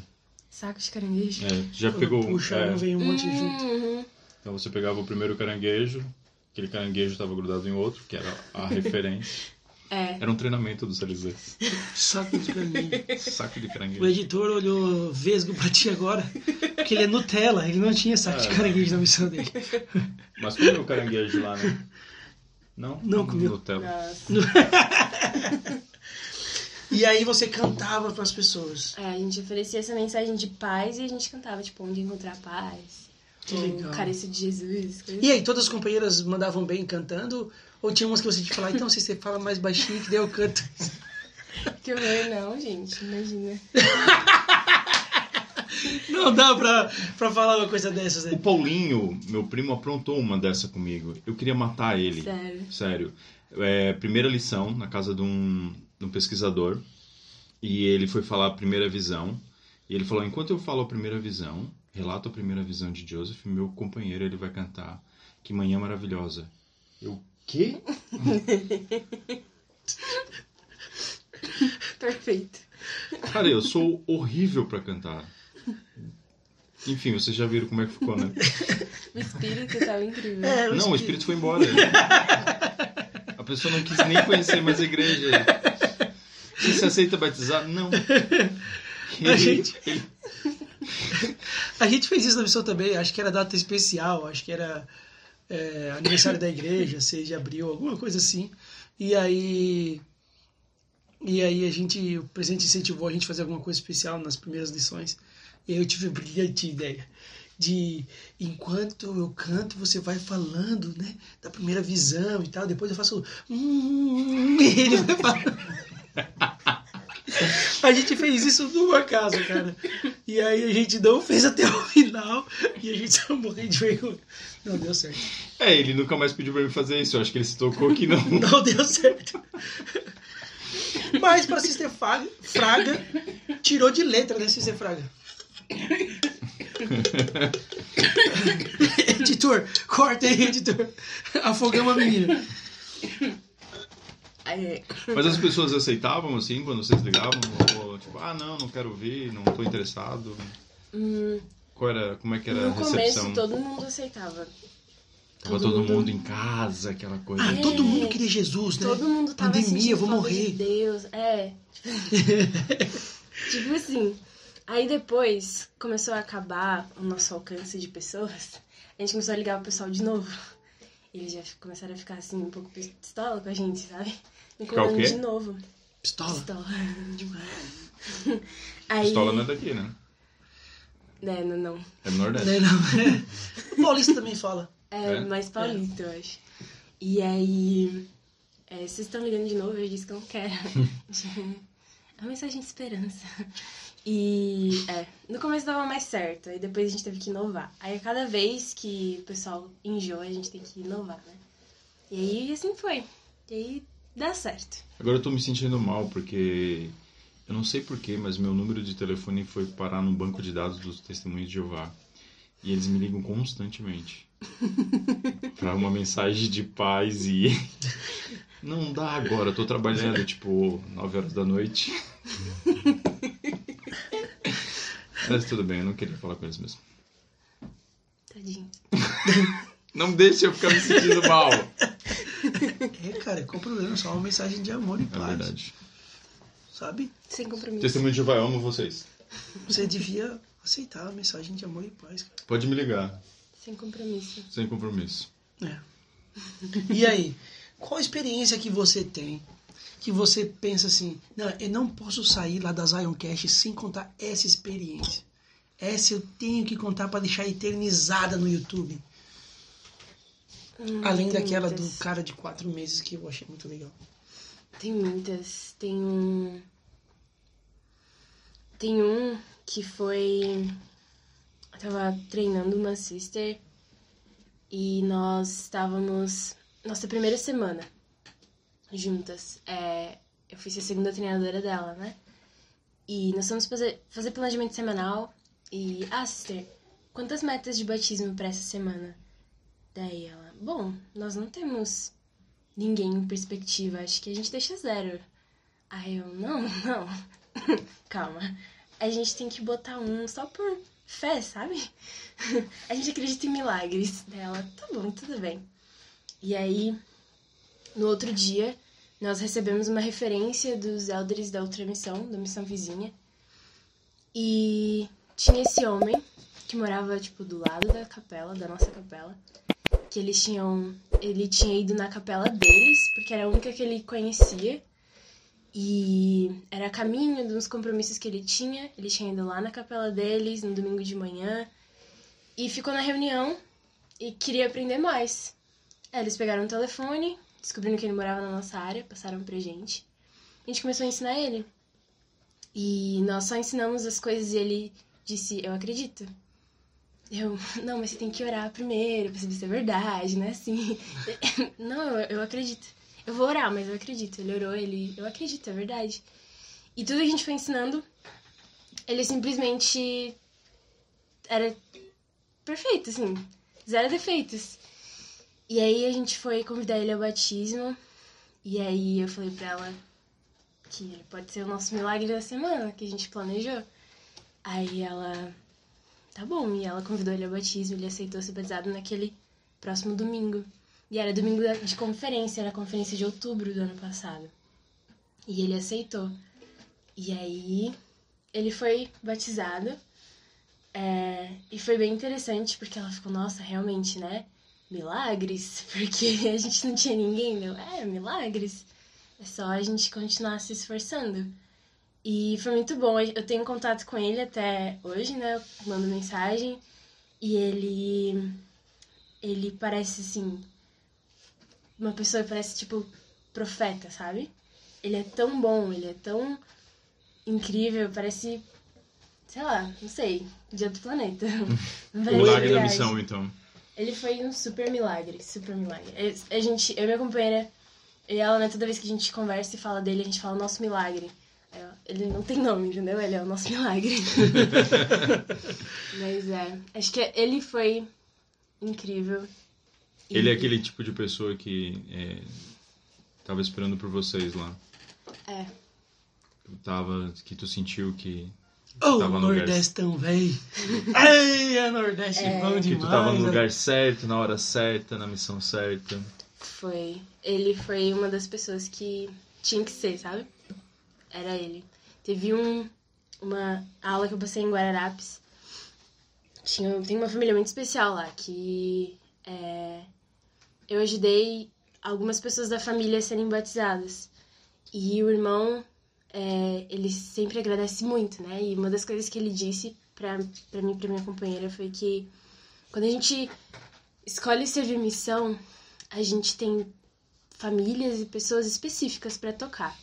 Speaker 1: Saco de caranguejo.
Speaker 2: É, já pegou.
Speaker 3: Puxa,
Speaker 2: é,
Speaker 3: não veio um monte junto.
Speaker 1: Uhum.
Speaker 2: Então você pegava o primeiro caranguejo, aquele caranguejo estava grudado em outro, que era a referência.
Speaker 1: É.
Speaker 2: Era um treinamento do CLZ.
Speaker 3: Saco de caranguejo.
Speaker 2: Saco de
Speaker 3: O
Speaker 2: caranguejo.
Speaker 3: editor olhou vesgo pra ti agora, porque ele é Nutella, ele não tinha saco de
Speaker 2: É.
Speaker 3: caranguejo na missão dele.
Speaker 2: Mas comeu o caranguejo lá, né? Não?
Speaker 3: Não comeu.
Speaker 2: Nutella.
Speaker 1: Nossa.
Speaker 3: E aí você cantava pras pessoas.
Speaker 1: É, a gente oferecia essa mensagem de paz e a gente cantava, tipo, onde encontrar paz.
Speaker 3: Que
Speaker 1: ou
Speaker 3: legal.
Speaker 1: Carência de Jesus. coisa
Speaker 3: E aí, todas as companheiras mandavam bem cantando? Ou tinha umas que você te falava, então se você fala mais baixinho que daí eu canto?
Speaker 1: assim. Que horror, não, gente. Imagina.
Speaker 3: Não dá pra, pra falar uma coisa dessas,
Speaker 2: O
Speaker 3: né?
Speaker 2: Paulinho, meu primo, aprontou uma dessa comigo. Eu queria matar ele.
Speaker 1: Sério.
Speaker 2: Sério. É, primeira lição na casa de um, de um pesquisador. E ele foi falar a primeira visão. E ele falou: enquanto eu falo a primeira visão, relato a primeira visão de Joseph, meu companheiro ele vai cantar Que Manhã Maravilhosa. Eu, quê?
Speaker 1: Perfeito.
Speaker 2: Cara, eu sou horrível pra cantar. Enfim, vocês já viram como é que ficou, né?
Speaker 1: O espírito tava incrível.
Speaker 3: É,
Speaker 2: Não, o espírito foi embora. A pessoa não quis nem conhecer mais a igreja. Você se aceita batizar? Não.
Speaker 3: A gente- A gente fez isso na missão também, acho que era data especial, acho que era é, aniversário da igreja, 6 de abril, alguma coisa assim. E aí. E aí a gente. O presidente incentivou a gente a fazer alguma coisa especial nas primeiras lições. E aí eu tive a brilhante ideia de enquanto eu canto, você vai falando, né? Da primeira visão e tal. Depois eu faço. um, Hum, e ele vai falando. A gente fez isso numa casa, cara. E aí a gente não fez até o final e a gente só morreu de vergonha. Não deu certo.
Speaker 2: É, ele nunca mais pediu pra mim fazer isso. Eu acho que ele se tocou que não.
Speaker 3: Não deu certo. Mas pra Sister Fraga, Fraga, tirou de letra, né, Sister Fraga? editor, corta aí, editor. Afogamos a menina.
Speaker 2: É.
Speaker 1: Aí,
Speaker 2: Mas as pessoas aceitavam, assim, quando vocês ligavam? Ou, tipo, ah, não, não quero ouvir, não tô interessado.
Speaker 1: hum,
Speaker 2: Qual era, como é que era a
Speaker 1: no
Speaker 2: recepção?
Speaker 1: começo todo mundo aceitava.
Speaker 3: todo
Speaker 2: Tava todo
Speaker 3: mundo-
Speaker 2: mundo... em casa, aquela coisa.
Speaker 3: Ah,
Speaker 1: É.
Speaker 3: todo mundo queria Jesus, né?
Speaker 1: Todo mundo tava
Speaker 3: Pandemia,
Speaker 1: sentindo
Speaker 3: vou
Speaker 1: falta
Speaker 3: morrer.
Speaker 1: de Deus. É. tipo assim. Aí depois começou a acabar o nosso alcance de pessoas. A gente começou a ligar o pessoal de novo. Eles já fi- começaram a ficar assim um pouco pistola com a gente, sabe?
Speaker 2: Ficar o
Speaker 1: Incomodando
Speaker 2: quê?
Speaker 1: de novo.
Speaker 3: Pistola.
Speaker 1: Pistola. Aí,
Speaker 2: Pistola não é daqui, né?
Speaker 1: É, não, não.
Speaker 2: É do Nordeste.
Speaker 3: Né, não, é. O Paulista também fala.
Speaker 1: É,
Speaker 2: É?
Speaker 1: mais paulista, eu acho. E aí. é, vocês estão ligando de novo? Eu disse que eu não quero. é uma mensagem de esperança. E. É, no começo dava mais certo, aí depois a gente teve que inovar. Aí a cada vez que o pessoal enjoa, a gente tem que inovar, né? E aí assim foi. E aí dá certo.
Speaker 2: Agora eu tô me sentindo mal, porque eu não sei porquê, mas meu número de telefone foi parar no banco de dados dos testemunhos de Jeová. E eles me ligam constantemente. pra uma mensagem de paz e. Não dá agora, eu tô trabalhando tipo 9 horas da noite. Mas tudo bem, eu não queria falar com eles mesmo.
Speaker 1: Tadinho.
Speaker 2: Não deixa eu ficar me sentindo mal. É
Speaker 3: É, cara, qual o problema? Só uma mensagem de amor e paz.
Speaker 2: É verdade.
Speaker 3: Sabe?
Speaker 1: Sem compromisso.
Speaker 2: Testemunho de Jeová, eu amo vocês.
Speaker 1: Uhum.
Speaker 3: Você devia aceitar a mensagem de amor e paz, cara.
Speaker 2: Pode me ligar,
Speaker 1: Sem compromisso.
Speaker 2: sem compromisso.
Speaker 3: É. E aí, qual a experiência que você tem que você pensa assim, não, eu não posso sair lá da Zion Cash sem contar essa experiência. Essa eu tenho que contar para deixar eternizada no YouTube.
Speaker 1: Hum,
Speaker 3: Além
Speaker 1: tem
Speaker 3: daquela
Speaker 1: muitas.
Speaker 3: do cara de quatro meses que eu achei muito legal.
Speaker 1: Tem muitas. Tem um. Tem um que foi. Eu tava treinando uma sister e nós estávamos. Nossa primeira semana juntas. É, eu fui ser a segunda treinadora dela, né? E nós fomos fazer, fazer planejamento semanal e. Ah, sister, quantas metas de batismo pra essa semana? Daí ela, bom, nós não temos ninguém em perspectiva. Acho que a gente deixa zero. Aí eu, não, não. Calma. A gente tem que botar um só por fé, sabe? a gente acredita em milagres dela. Tá bom, tudo bem. E aí, no outro dia, nós recebemos uma referência dos elders da outra missão, da missão vizinha. E tinha esse homem que morava, tipo, do lado da capela, da nossa capela que eles tinham. Ele tinha ido na capela deles, porque era a única que ele conhecia. E era a caminho dos compromissos que ele tinha. Ele tinha ido lá na capela deles no domingo de manhã. E ficou na reunião e queria aprender mais. Aí eles pegaram o telefone, descobriram que ele morava na nossa área, passaram pra gente. A gente começou a ensinar ele. E nós só ensinamos as coisas e ele disse: Eu acredito. Eu, não, mas você tem que orar primeiro pra saber se é verdade, né? Assim, não, eu, eu acredito. Eu vou orar, mas eu acredito. Ele orou, ele, eu acredito, é verdade. E tudo que a gente foi ensinando, ele simplesmente era perfeito, assim, zero defeitos. E aí a gente foi convidar ele ao batismo, e aí eu falei pra ela que ele pode ser o nosso milagre da semana, que a gente planejou. Aí ela Tá bom, e ela convidou ele ao batismo, ele aceitou ser batizado naquele próximo domingo. E era domingo da- de conferência, era a conferência de outubro do ano passado. E ele aceitou. E aí ele foi batizado. é, e foi bem interessante, porque ela ficou, nossa, realmente, né? Milagres, porque a gente não tinha ninguém, meu. É, milagres. É só a gente continuar se esforçando. E foi muito bom. Eu tenho contato com ele até hoje, né? Eu mando mensagem. E ele. Ele parece, assim. Uma pessoa que parece, tipo, profeta, sabe? Ele é tão bom, ele é tão incrível, parece. Sei lá, não sei, de outro planeta. Não parece
Speaker 2: Milagre da
Speaker 1: verdade.
Speaker 2: missão, então.
Speaker 1: Ele foi um super milagre, super milagre. Eu- A gente, eu e minha companheira, eu e ela, né, toda vez que a gente conversa e fala dele, a gente fala nosso milagre. Aí eu- Ele não tem nome, entendeu? Ele é o nosso milagre. Mas é, acho que ele foi incrível. E-
Speaker 2: Ele é aquele tipo de pessoa que é, tava esperando por vocês lá.
Speaker 1: É.
Speaker 2: Tava, que tu sentiu que,
Speaker 3: Ô,
Speaker 2: Tava no lugar-
Speaker 3: Nordestão, véi! Ei, a Nordeste é
Speaker 1: É.
Speaker 3: bom demais!
Speaker 2: que tu tava no
Speaker 3: né?
Speaker 2: lugar certo, na hora certa, na missão certa.
Speaker 1: Foi. Ele foi uma das pessoas que tinha que ser, sabe? Era ele. Teve um, uma aula que eu passei em Guararapes. Tinha, tem uma família muito especial lá que é, eu ajudei algumas pessoas da família a serem batizadas. E o irmão, é, ele sempre agradece muito, né? E uma das coisas que ele disse pra, pra mim e pra minha companheira foi que quando a gente escolhe servir missão, a gente tem famílias e pessoas específicas para tocar,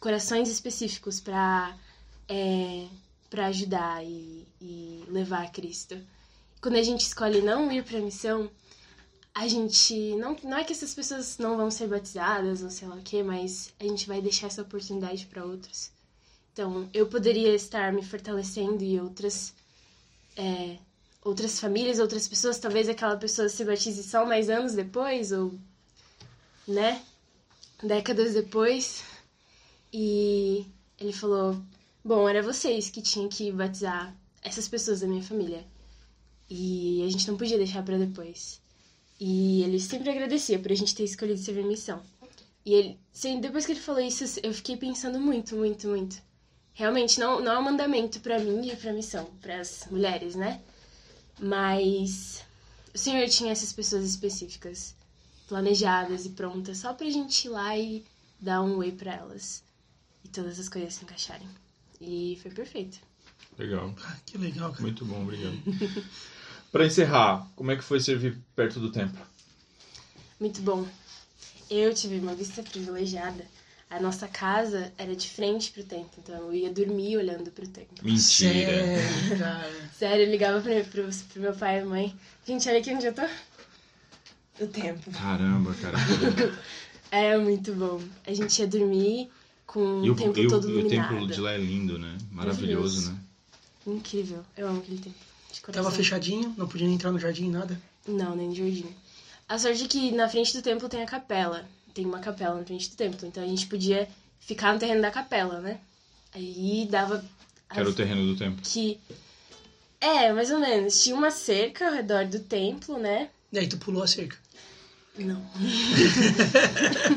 Speaker 1: corações específicos para é, para ajudar e, e levar a Cristo. Quando a gente escolhe não ir para missão, a gente não não é que essas pessoas não vão ser batizadas ou sei lá o quê, mas a gente vai deixar essa oportunidade para outros. Então, eu poderia estar me fortalecendo e outras é, outras famílias, outras pessoas, talvez aquela pessoa se batize só mais anos depois, ou, né, décadas depois. E ele falou: Bom, era vocês que tinham que batizar essas pessoas da minha família. E a gente não podia deixar pra depois. E ele sempre agradecia por a gente ter escolhido servir missão. E ele, sem- depois que ele falou isso, eu fiquei pensando muito, muito, muito. Realmente não, não é um mandamento pra mim e pra missão, para as mulheres, né? Mas o Senhor tinha essas pessoas específicas, planejadas e prontas, só pra gente ir lá e dar um oi pra elas. E todas as coisas se encaixarem. E foi perfeito.
Speaker 2: Legal.
Speaker 3: Ah, que legal, cara.
Speaker 2: Muito bom, obrigado. Pra encerrar, como é que foi servir perto do templo?
Speaker 1: Muito bom. Eu tive uma vista privilegiada. A nossa casa era de frente pro templo, então eu ia dormir olhando pro templo.
Speaker 2: Mentira.
Speaker 3: Sério, cara.
Speaker 1: Sério, eu ligava pra, pro, pro meu pai e mãe. Gente, olha aqui onde eu tô. O templo.
Speaker 2: Caramba, cara. caramba.
Speaker 1: Era É muito bom. A gente ia dormir com
Speaker 2: E o,
Speaker 1: o templo
Speaker 2: e o-
Speaker 1: todo
Speaker 2: e o
Speaker 1: iluminado.
Speaker 2: templo de lá é lindo, né? Maravilhoso, né?
Speaker 1: Incrível. Eu amo aquele templo. De coração.
Speaker 3: Tava fechadinho, não podia entrar no jardim, nada.
Speaker 1: Não, nem de jardim. A sorte é que na frente do templo tem a capela. Tem uma capela na frente do templo. Então a gente podia ficar no terreno da capela, né? Aí dava.
Speaker 2: Que era o terreno do templo.
Speaker 1: que. É, mais ou menos. Tinha uma cerca ao redor do templo, né?
Speaker 3: E aí tu pulou a cerca.
Speaker 1: Não.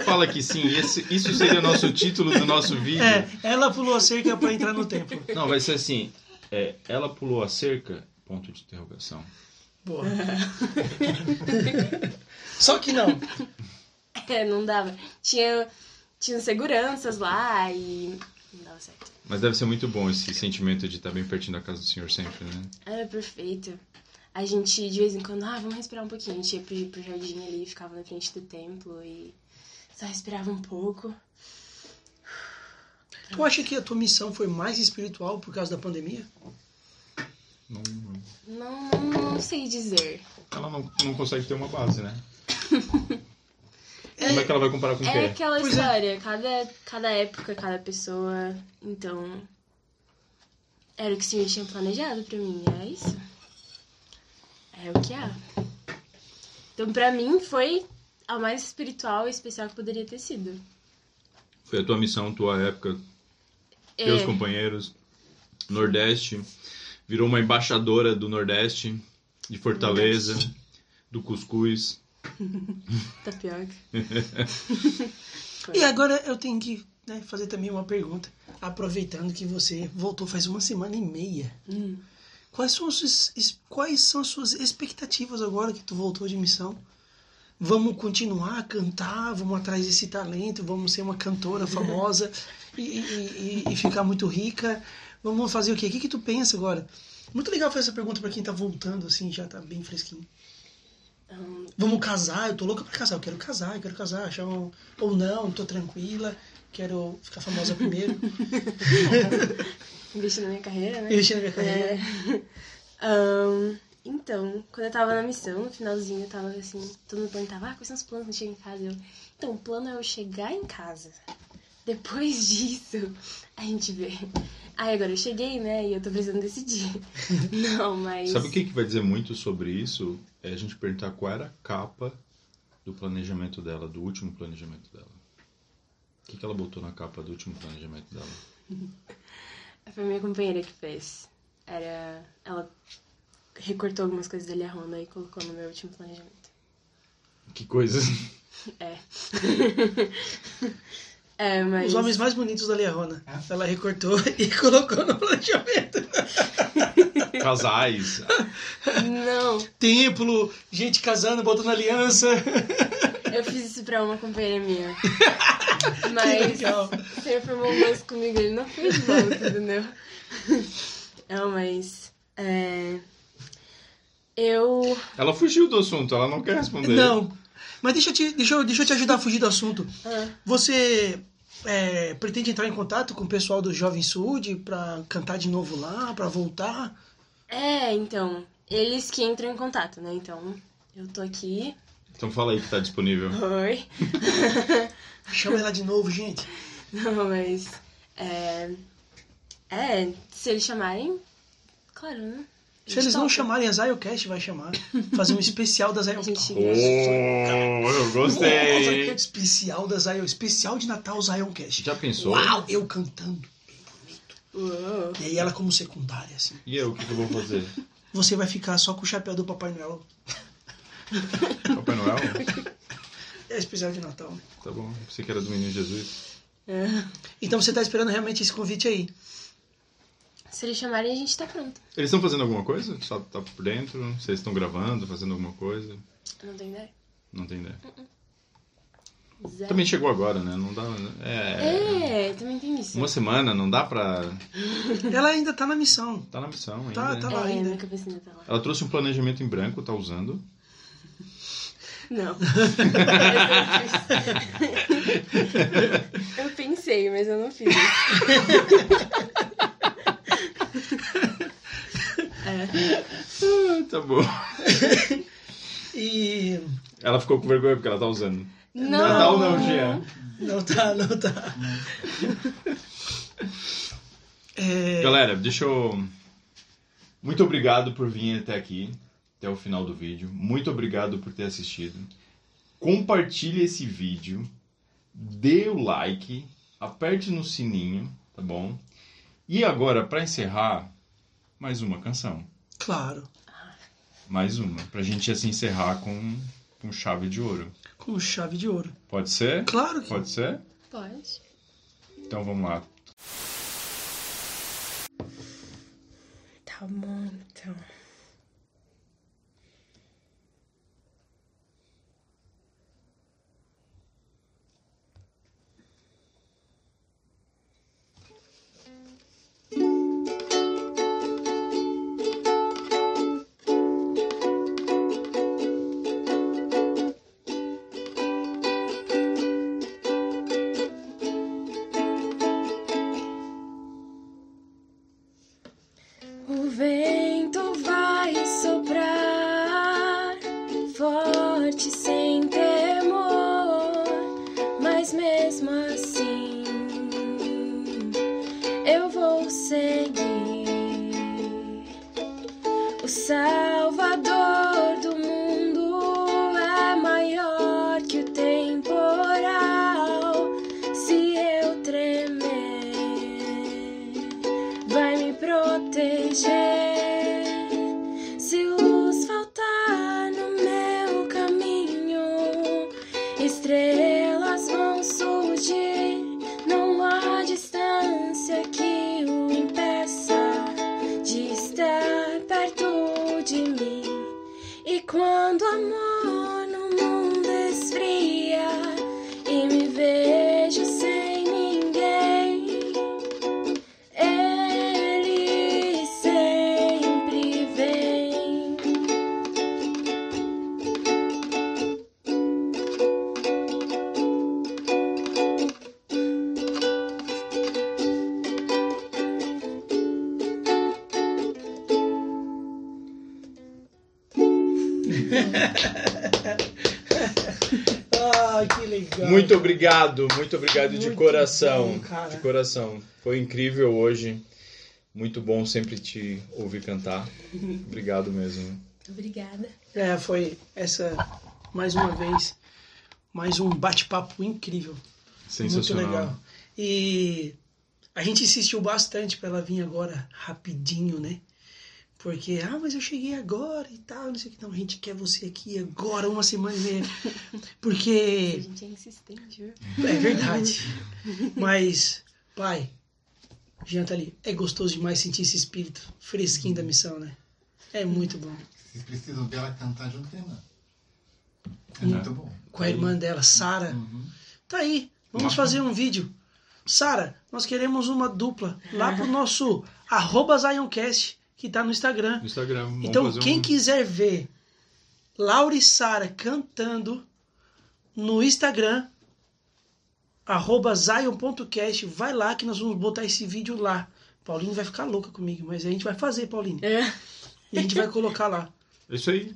Speaker 2: Fala que sim, esse- isso seria o nosso título do nosso vídeo.
Speaker 3: É, ela pulou a cerca pra entrar no templo.
Speaker 2: Não, vai ser assim. é, ela pulou a cerca, ponto de interrogação.
Speaker 3: Boa. Só que não.
Speaker 1: É, não dava. Tinha, tinha seguranças lá e. Não dava certo.
Speaker 2: Mas deve ser muito bom esse sentimento de estar bem pertinho da casa do senhor sempre, né?
Speaker 1: Era Ah, é perfeito. A gente, de vez em quando, ah, vamos respirar um pouquinho. A gente ia pro, pro jardim ali, ficava na frente do templo e só respirava um pouco.
Speaker 3: Tu acha que a tua missão foi mais espiritual por causa da pandemia?
Speaker 2: Não- não-
Speaker 1: Não, não, não sei dizer.
Speaker 2: ela não, não consegue ter uma base, né? Como é que ela vai comparar com o
Speaker 1: É
Speaker 2: quê?
Speaker 1: aquela
Speaker 3: Pois é.
Speaker 1: história, cada, cada época, cada pessoa. Então. Era o que o senhor tinha planejado pra mim, é isso? É o que há. Então, pra mim, foi a mais espiritual e especial que poderia ter sido.
Speaker 2: Foi a tua missão, tua época,
Speaker 1: É,
Speaker 2: teus companheiros. Nordeste. Virou uma embaixadora do Nordeste, de Fortaleza, do Cuscuz.
Speaker 1: tapioca.
Speaker 3: E agora eu tenho que né, fazer também uma pergunta. Aproveitando que você voltou faz uma semana e meia.
Speaker 1: Hum.
Speaker 3: Quais são, as suas, es- quais são as suas expectativas agora que tu voltou de missão? Vamos continuar a cantar, vamos atrás desse talento, vamos ser uma cantora famosa e, e- e- e ficar muito rica. Vamos fazer o quê? O que, que tu pensa agora? Muito legal fazer essa pergunta pra quem tá voltando, assim, já tá bem fresquinho.
Speaker 1: Hum,
Speaker 3: Vamos casar, eu tô louca pra casar, eu quero casar, eu quero casar, achar um... ou não, tô tranquila, quero ficar famosa primeiro.
Speaker 1: investir na minha carreira, né?
Speaker 3: Investir na minha carreira.
Speaker 1: É. Ahn, então, quando eu tava na missão, no finalzinho, eu tava assim, todo mundo perguntava, ah, quais são os planos quando chega em casa? Eu, então, o plano é eu chegar em casa. Depois disso, a gente vê. Ai, agora eu cheguei, né? E eu tô precisando decidir. Não, mas.
Speaker 2: Sabe o que, que vai dizer muito sobre isso? É a gente perguntar qual era a capa do planejamento dela, do último planejamento dela. O que, que ela botou na capa do último planejamento dela?
Speaker 1: Foi minha companheira que fez. Era. Ela recortou algumas coisas da Lia Honda e colocou no meu último planejamento.
Speaker 2: Que coisa.
Speaker 1: É. é, mas.
Speaker 3: Os homens mais bonitos da Leona. Ela recortou e colocou no planejamento.
Speaker 2: Casais.
Speaker 1: Não.
Speaker 3: Templo, gente casando, botando aliança.
Speaker 1: Eu fiz isso pra uma companheira minha.
Speaker 3: Que
Speaker 1: Mas
Speaker 3: legal.
Speaker 1: você formou um lance comigo, ele não fez mal, entendeu? Não, mas. É... Eu.
Speaker 2: Ela fugiu do assunto, ela não quer responder.
Speaker 3: Não. Mas deixa eu, te, deixa, eu, deixa eu te ajudar a fugir do assunto.
Speaker 1: Ah,
Speaker 3: Você é, pretende entrar em contato com o pessoal do Jovem Sud pra cantar de novo lá, pra voltar?
Speaker 1: É, então. Eles que entram em contato, né? Então, eu tô aqui.
Speaker 2: Então fala aí que tá disponível.
Speaker 1: Oi.
Speaker 3: Chama ela de novo, gente.
Speaker 1: Não, mas. É. É, se eles chamarem. Claro, né?
Speaker 3: Se eles não chamarem, a Zayocast vai chamar. Fazer um especial da
Speaker 1: A
Speaker 3: Zayocast.
Speaker 1: gente.
Speaker 2: Oh, eu gostei. hein?
Speaker 3: Especial da Zion, especial de Natal Zion Cash.
Speaker 2: Já pensou?
Speaker 3: Uau, eu cantando.
Speaker 1: Uou.
Speaker 3: E aí ela como secundária, assim.
Speaker 2: E eu, o que, que eu vou fazer?
Speaker 3: Você vai ficar só com o chapéu do Papai Noel.
Speaker 2: Papai Noel?
Speaker 3: É especial de Natal, né?
Speaker 2: Tá bom. Você que era do menino Jesus.
Speaker 1: É.
Speaker 3: Então você tá esperando realmente esse convite aí.
Speaker 1: Se eles chamarem, a gente tá pronto.
Speaker 2: Eles estão fazendo alguma coisa? Só tá por dentro? Vocês estão gravando, fazendo alguma coisa?
Speaker 1: Eu não tenho ideia.
Speaker 2: Não tem ideia.
Speaker 1: Zero.
Speaker 2: Também chegou agora, né? Não dá. É.
Speaker 1: É, também tem isso.
Speaker 2: Uma semana, não dá pra.
Speaker 3: Ela ainda tá na missão.
Speaker 2: Tá na missão ainda.
Speaker 3: Tá,
Speaker 2: né?
Speaker 3: tá.
Speaker 1: é,
Speaker 3: ainda.
Speaker 1: minha cabeça ainda tá lá.
Speaker 2: Ela trouxe um planejamento em branco, tá usando.
Speaker 1: Não. Eu fiz. Eu pensei, mas eu não fiz.
Speaker 2: Ah, tá bom.
Speaker 3: E.
Speaker 2: Ela ficou com vergonha porque ela tá usando.
Speaker 1: Não.
Speaker 2: Tá ou não, Jean?
Speaker 3: Não tá, não tá. É,
Speaker 2: Galera, deixa eu. Muito obrigado por vir até aqui, até o final do vídeo. Muito obrigado por ter assistido. Compartilhe esse vídeo, dê o like, aperte no sininho, tá bom? E agora, pra encerrar, mais uma canção.
Speaker 3: claro.
Speaker 2: Mais uma. Pra gente assim encerrar com, com chave de ouro.
Speaker 3: Com chave de ouro.
Speaker 2: Pode ser?
Speaker 3: Claro que.
Speaker 2: Pode ser?
Speaker 1: Pode.
Speaker 2: Então vamos lá.
Speaker 1: Tá bom, então. O vento vai soprar forte sem temor, mas mesmo assim eu vou seguir. O Salvador do mundo é maior que o temporal. Se eu tremer, vai me proteger. Se luz faltar no meu caminho, estrelas vão surgir. Não há distância que o impeça de estar perto de mim. E quando o amor no mundo esfria e me vejo sem ninguém, ele sempre vem.
Speaker 3: Ah, que legal.
Speaker 2: Muito obrigado, muito obrigado de
Speaker 3: Muito
Speaker 2: coração.
Speaker 3: bom, cara.
Speaker 2: de coração. Foi incrível hoje. Muito bom sempre te ouvir cantar. Obrigado mesmo.
Speaker 1: Obrigada.
Speaker 3: É, foi essa, mais uma vez, mais um bate-papo incrível.
Speaker 2: Sensacional.
Speaker 3: Muito legal. E a gente insistiu bastante pra ela vir agora rapidinho, né? Porque, ah, mas eu cheguei agora e tal, não sei o que. Não, a gente quer você aqui agora, uma semana e meia.
Speaker 1: A
Speaker 3: Porque
Speaker 1: gente é insistente, viu?
Speaker 3: é verdade. Mas, pai, Jean tá ali. É gostoso demais sentir esse espírito fresquinho da missão, né? É muito bom.
Speaker 4: Vocês precisam dela cantar junto com
Speaker 3: Então,
Speaker 4: a irmã. É
Speaker 2: Uhum.
Speaker 4: muito bom.
Speaker 3: Com a irmã dela, Sara.
Speaker 4: Uhum.
Speaker 3: Tá aí, vamos fazer um vídeo. Sara, nós queremos uma dupla lá pro nosso arroba Zioncast, que tá no Instagram.
Speaker 2: No Instagram. vamos
Speaker 3: Então,
Speaker 2: fazer
Speaker 3: quem
Speaker 2: um-
Speaker 3: quiser ver Laura e Sara cantando no Instagram, arroba zion.cast, vai lá que nós vamos botar esse vídeo lá. Paulinho vai ficar louca comigo, mas a gente vai fazer, Paulinho.
Speaker 1: É.
Speaker 3: E a gente vai colocar lá.
Speaker 2: É Isso aí.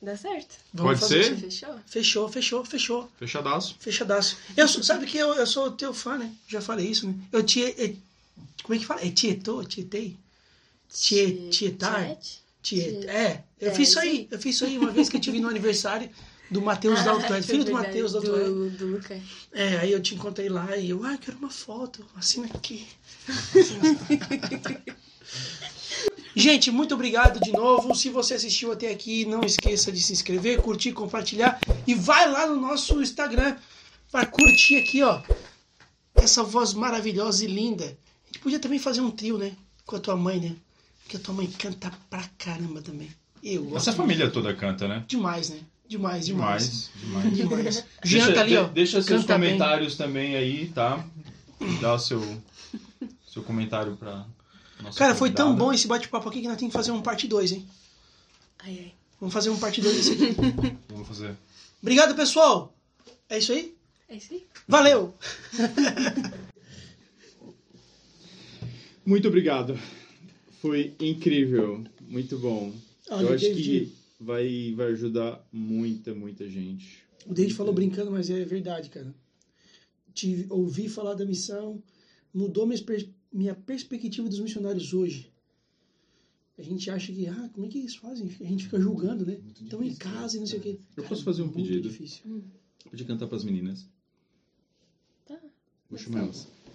Speaker 1: Dá certo?
Speaker 2: Pode
Speaker 3: fazer
Speaker 2: ser?
Speaker 3: isso.
Speaker 1: Fechou?
Speaker 3: Fechou, fechou, fechou.
Speaker 2: Fechadaço.
Speaker 3: Fechadaço. Eu sou- sabe que eu, eu sou teu fã, né? Já falei isso, né? Eu te. eh, como é que fala? É tietou? Tietei? Tie- tietar?
Speaker 1: Tiet?
Speaker 3: Tiet-
Speaker 1: Tiet-
Speaker 3: É, eu
Speaker 1: é,
Speaker 3: fiz isso
Speaker 1: sim.
Speaker 3: aí. Eu fiz isso aí uma vez que eu tive no aniversário do Matheus da Altuel,
Speaker 1: Ah,
Speaker 3: filho
Speaker 1: é
Speaker 3: do
Speaker 1: verdade,
Speaker 3: Matheus da Altuel.
Speaker 1: Do, do Luca.
Speaker 3: É, aí eu te encontrei lá e eu, ah, eu quero uma foto, assina aqui. Gente, muito obrigado de novo. Se você assistiu até aqui, não esqueça de se inscrever, curtir, compartilhar e vai lá no nosso Instagram para curtir aqui, ó. Essa voz maravilhosa e linda. A gente podia também fazer um trio, né? Com a tua mãe, né? Porque a tua mãe canta pra caramba também. Eu gosto
Speaker 2: Essa família toda canta, né?
Speaker 3: demais, né? Demais, demais.
Speaker 2: Demais. Demais.
Speaker 3: Demais.
Speaker 2: Deixa,
Speaker 3: Jean tá ali,
Speaker 2: de-
Speaker 3: ó.
Speaker 2: deixa seus
Speaker 3: canta bem.
Speaker 2: comentários também aí, tá? Dá o seu, seu comentário pra nossa
Speaker 3: Cara, foi tão
Speaker 2: convidada.
Speaker 3: bom esse bate-papo aqui que nós temos que fazer um parte 2, hein?
Speaker 1: Ai, ai.
Speaker 3: Vamos fazer um parte 2 desse aqui.
Speaker 2: Vamos fazer.
Speaker 3: Obrigado, pessoal. É isso aí?
Speaker 1: É isso aí.
Speaker 3: Valeu!
Speaker 2: Muito obrigado. Foi incrível. Muito bom.
Speaker 3: Olha,
Speaker 2: Eu acho
Speaker 3: David.
Speaker 2: que vai, vai ajudar muita, muita gente.
Speaker 3: O David falou brincando, mas é verdade, cara. Te ouvi falar da missão, mudou minha, pers- minha perspectiva dos missionários hoje. A gente acha que, ah, como é que eles fazem? A gente fica julgando, né?
Speaker 5: Muito
Speaker 3: Estão em
Speaker 5: difícil,
Speaker 3: casa e não sei o quê.
Speaker 2: Eu posso fazer um
Speaker 3: muito
Speaker 2: pedido?
Speaker 3: Difícil.
Speaker 2: Podia cantar pras meninas.
Speaker 1: Tá.
Speaker 2: Vou chamar elas.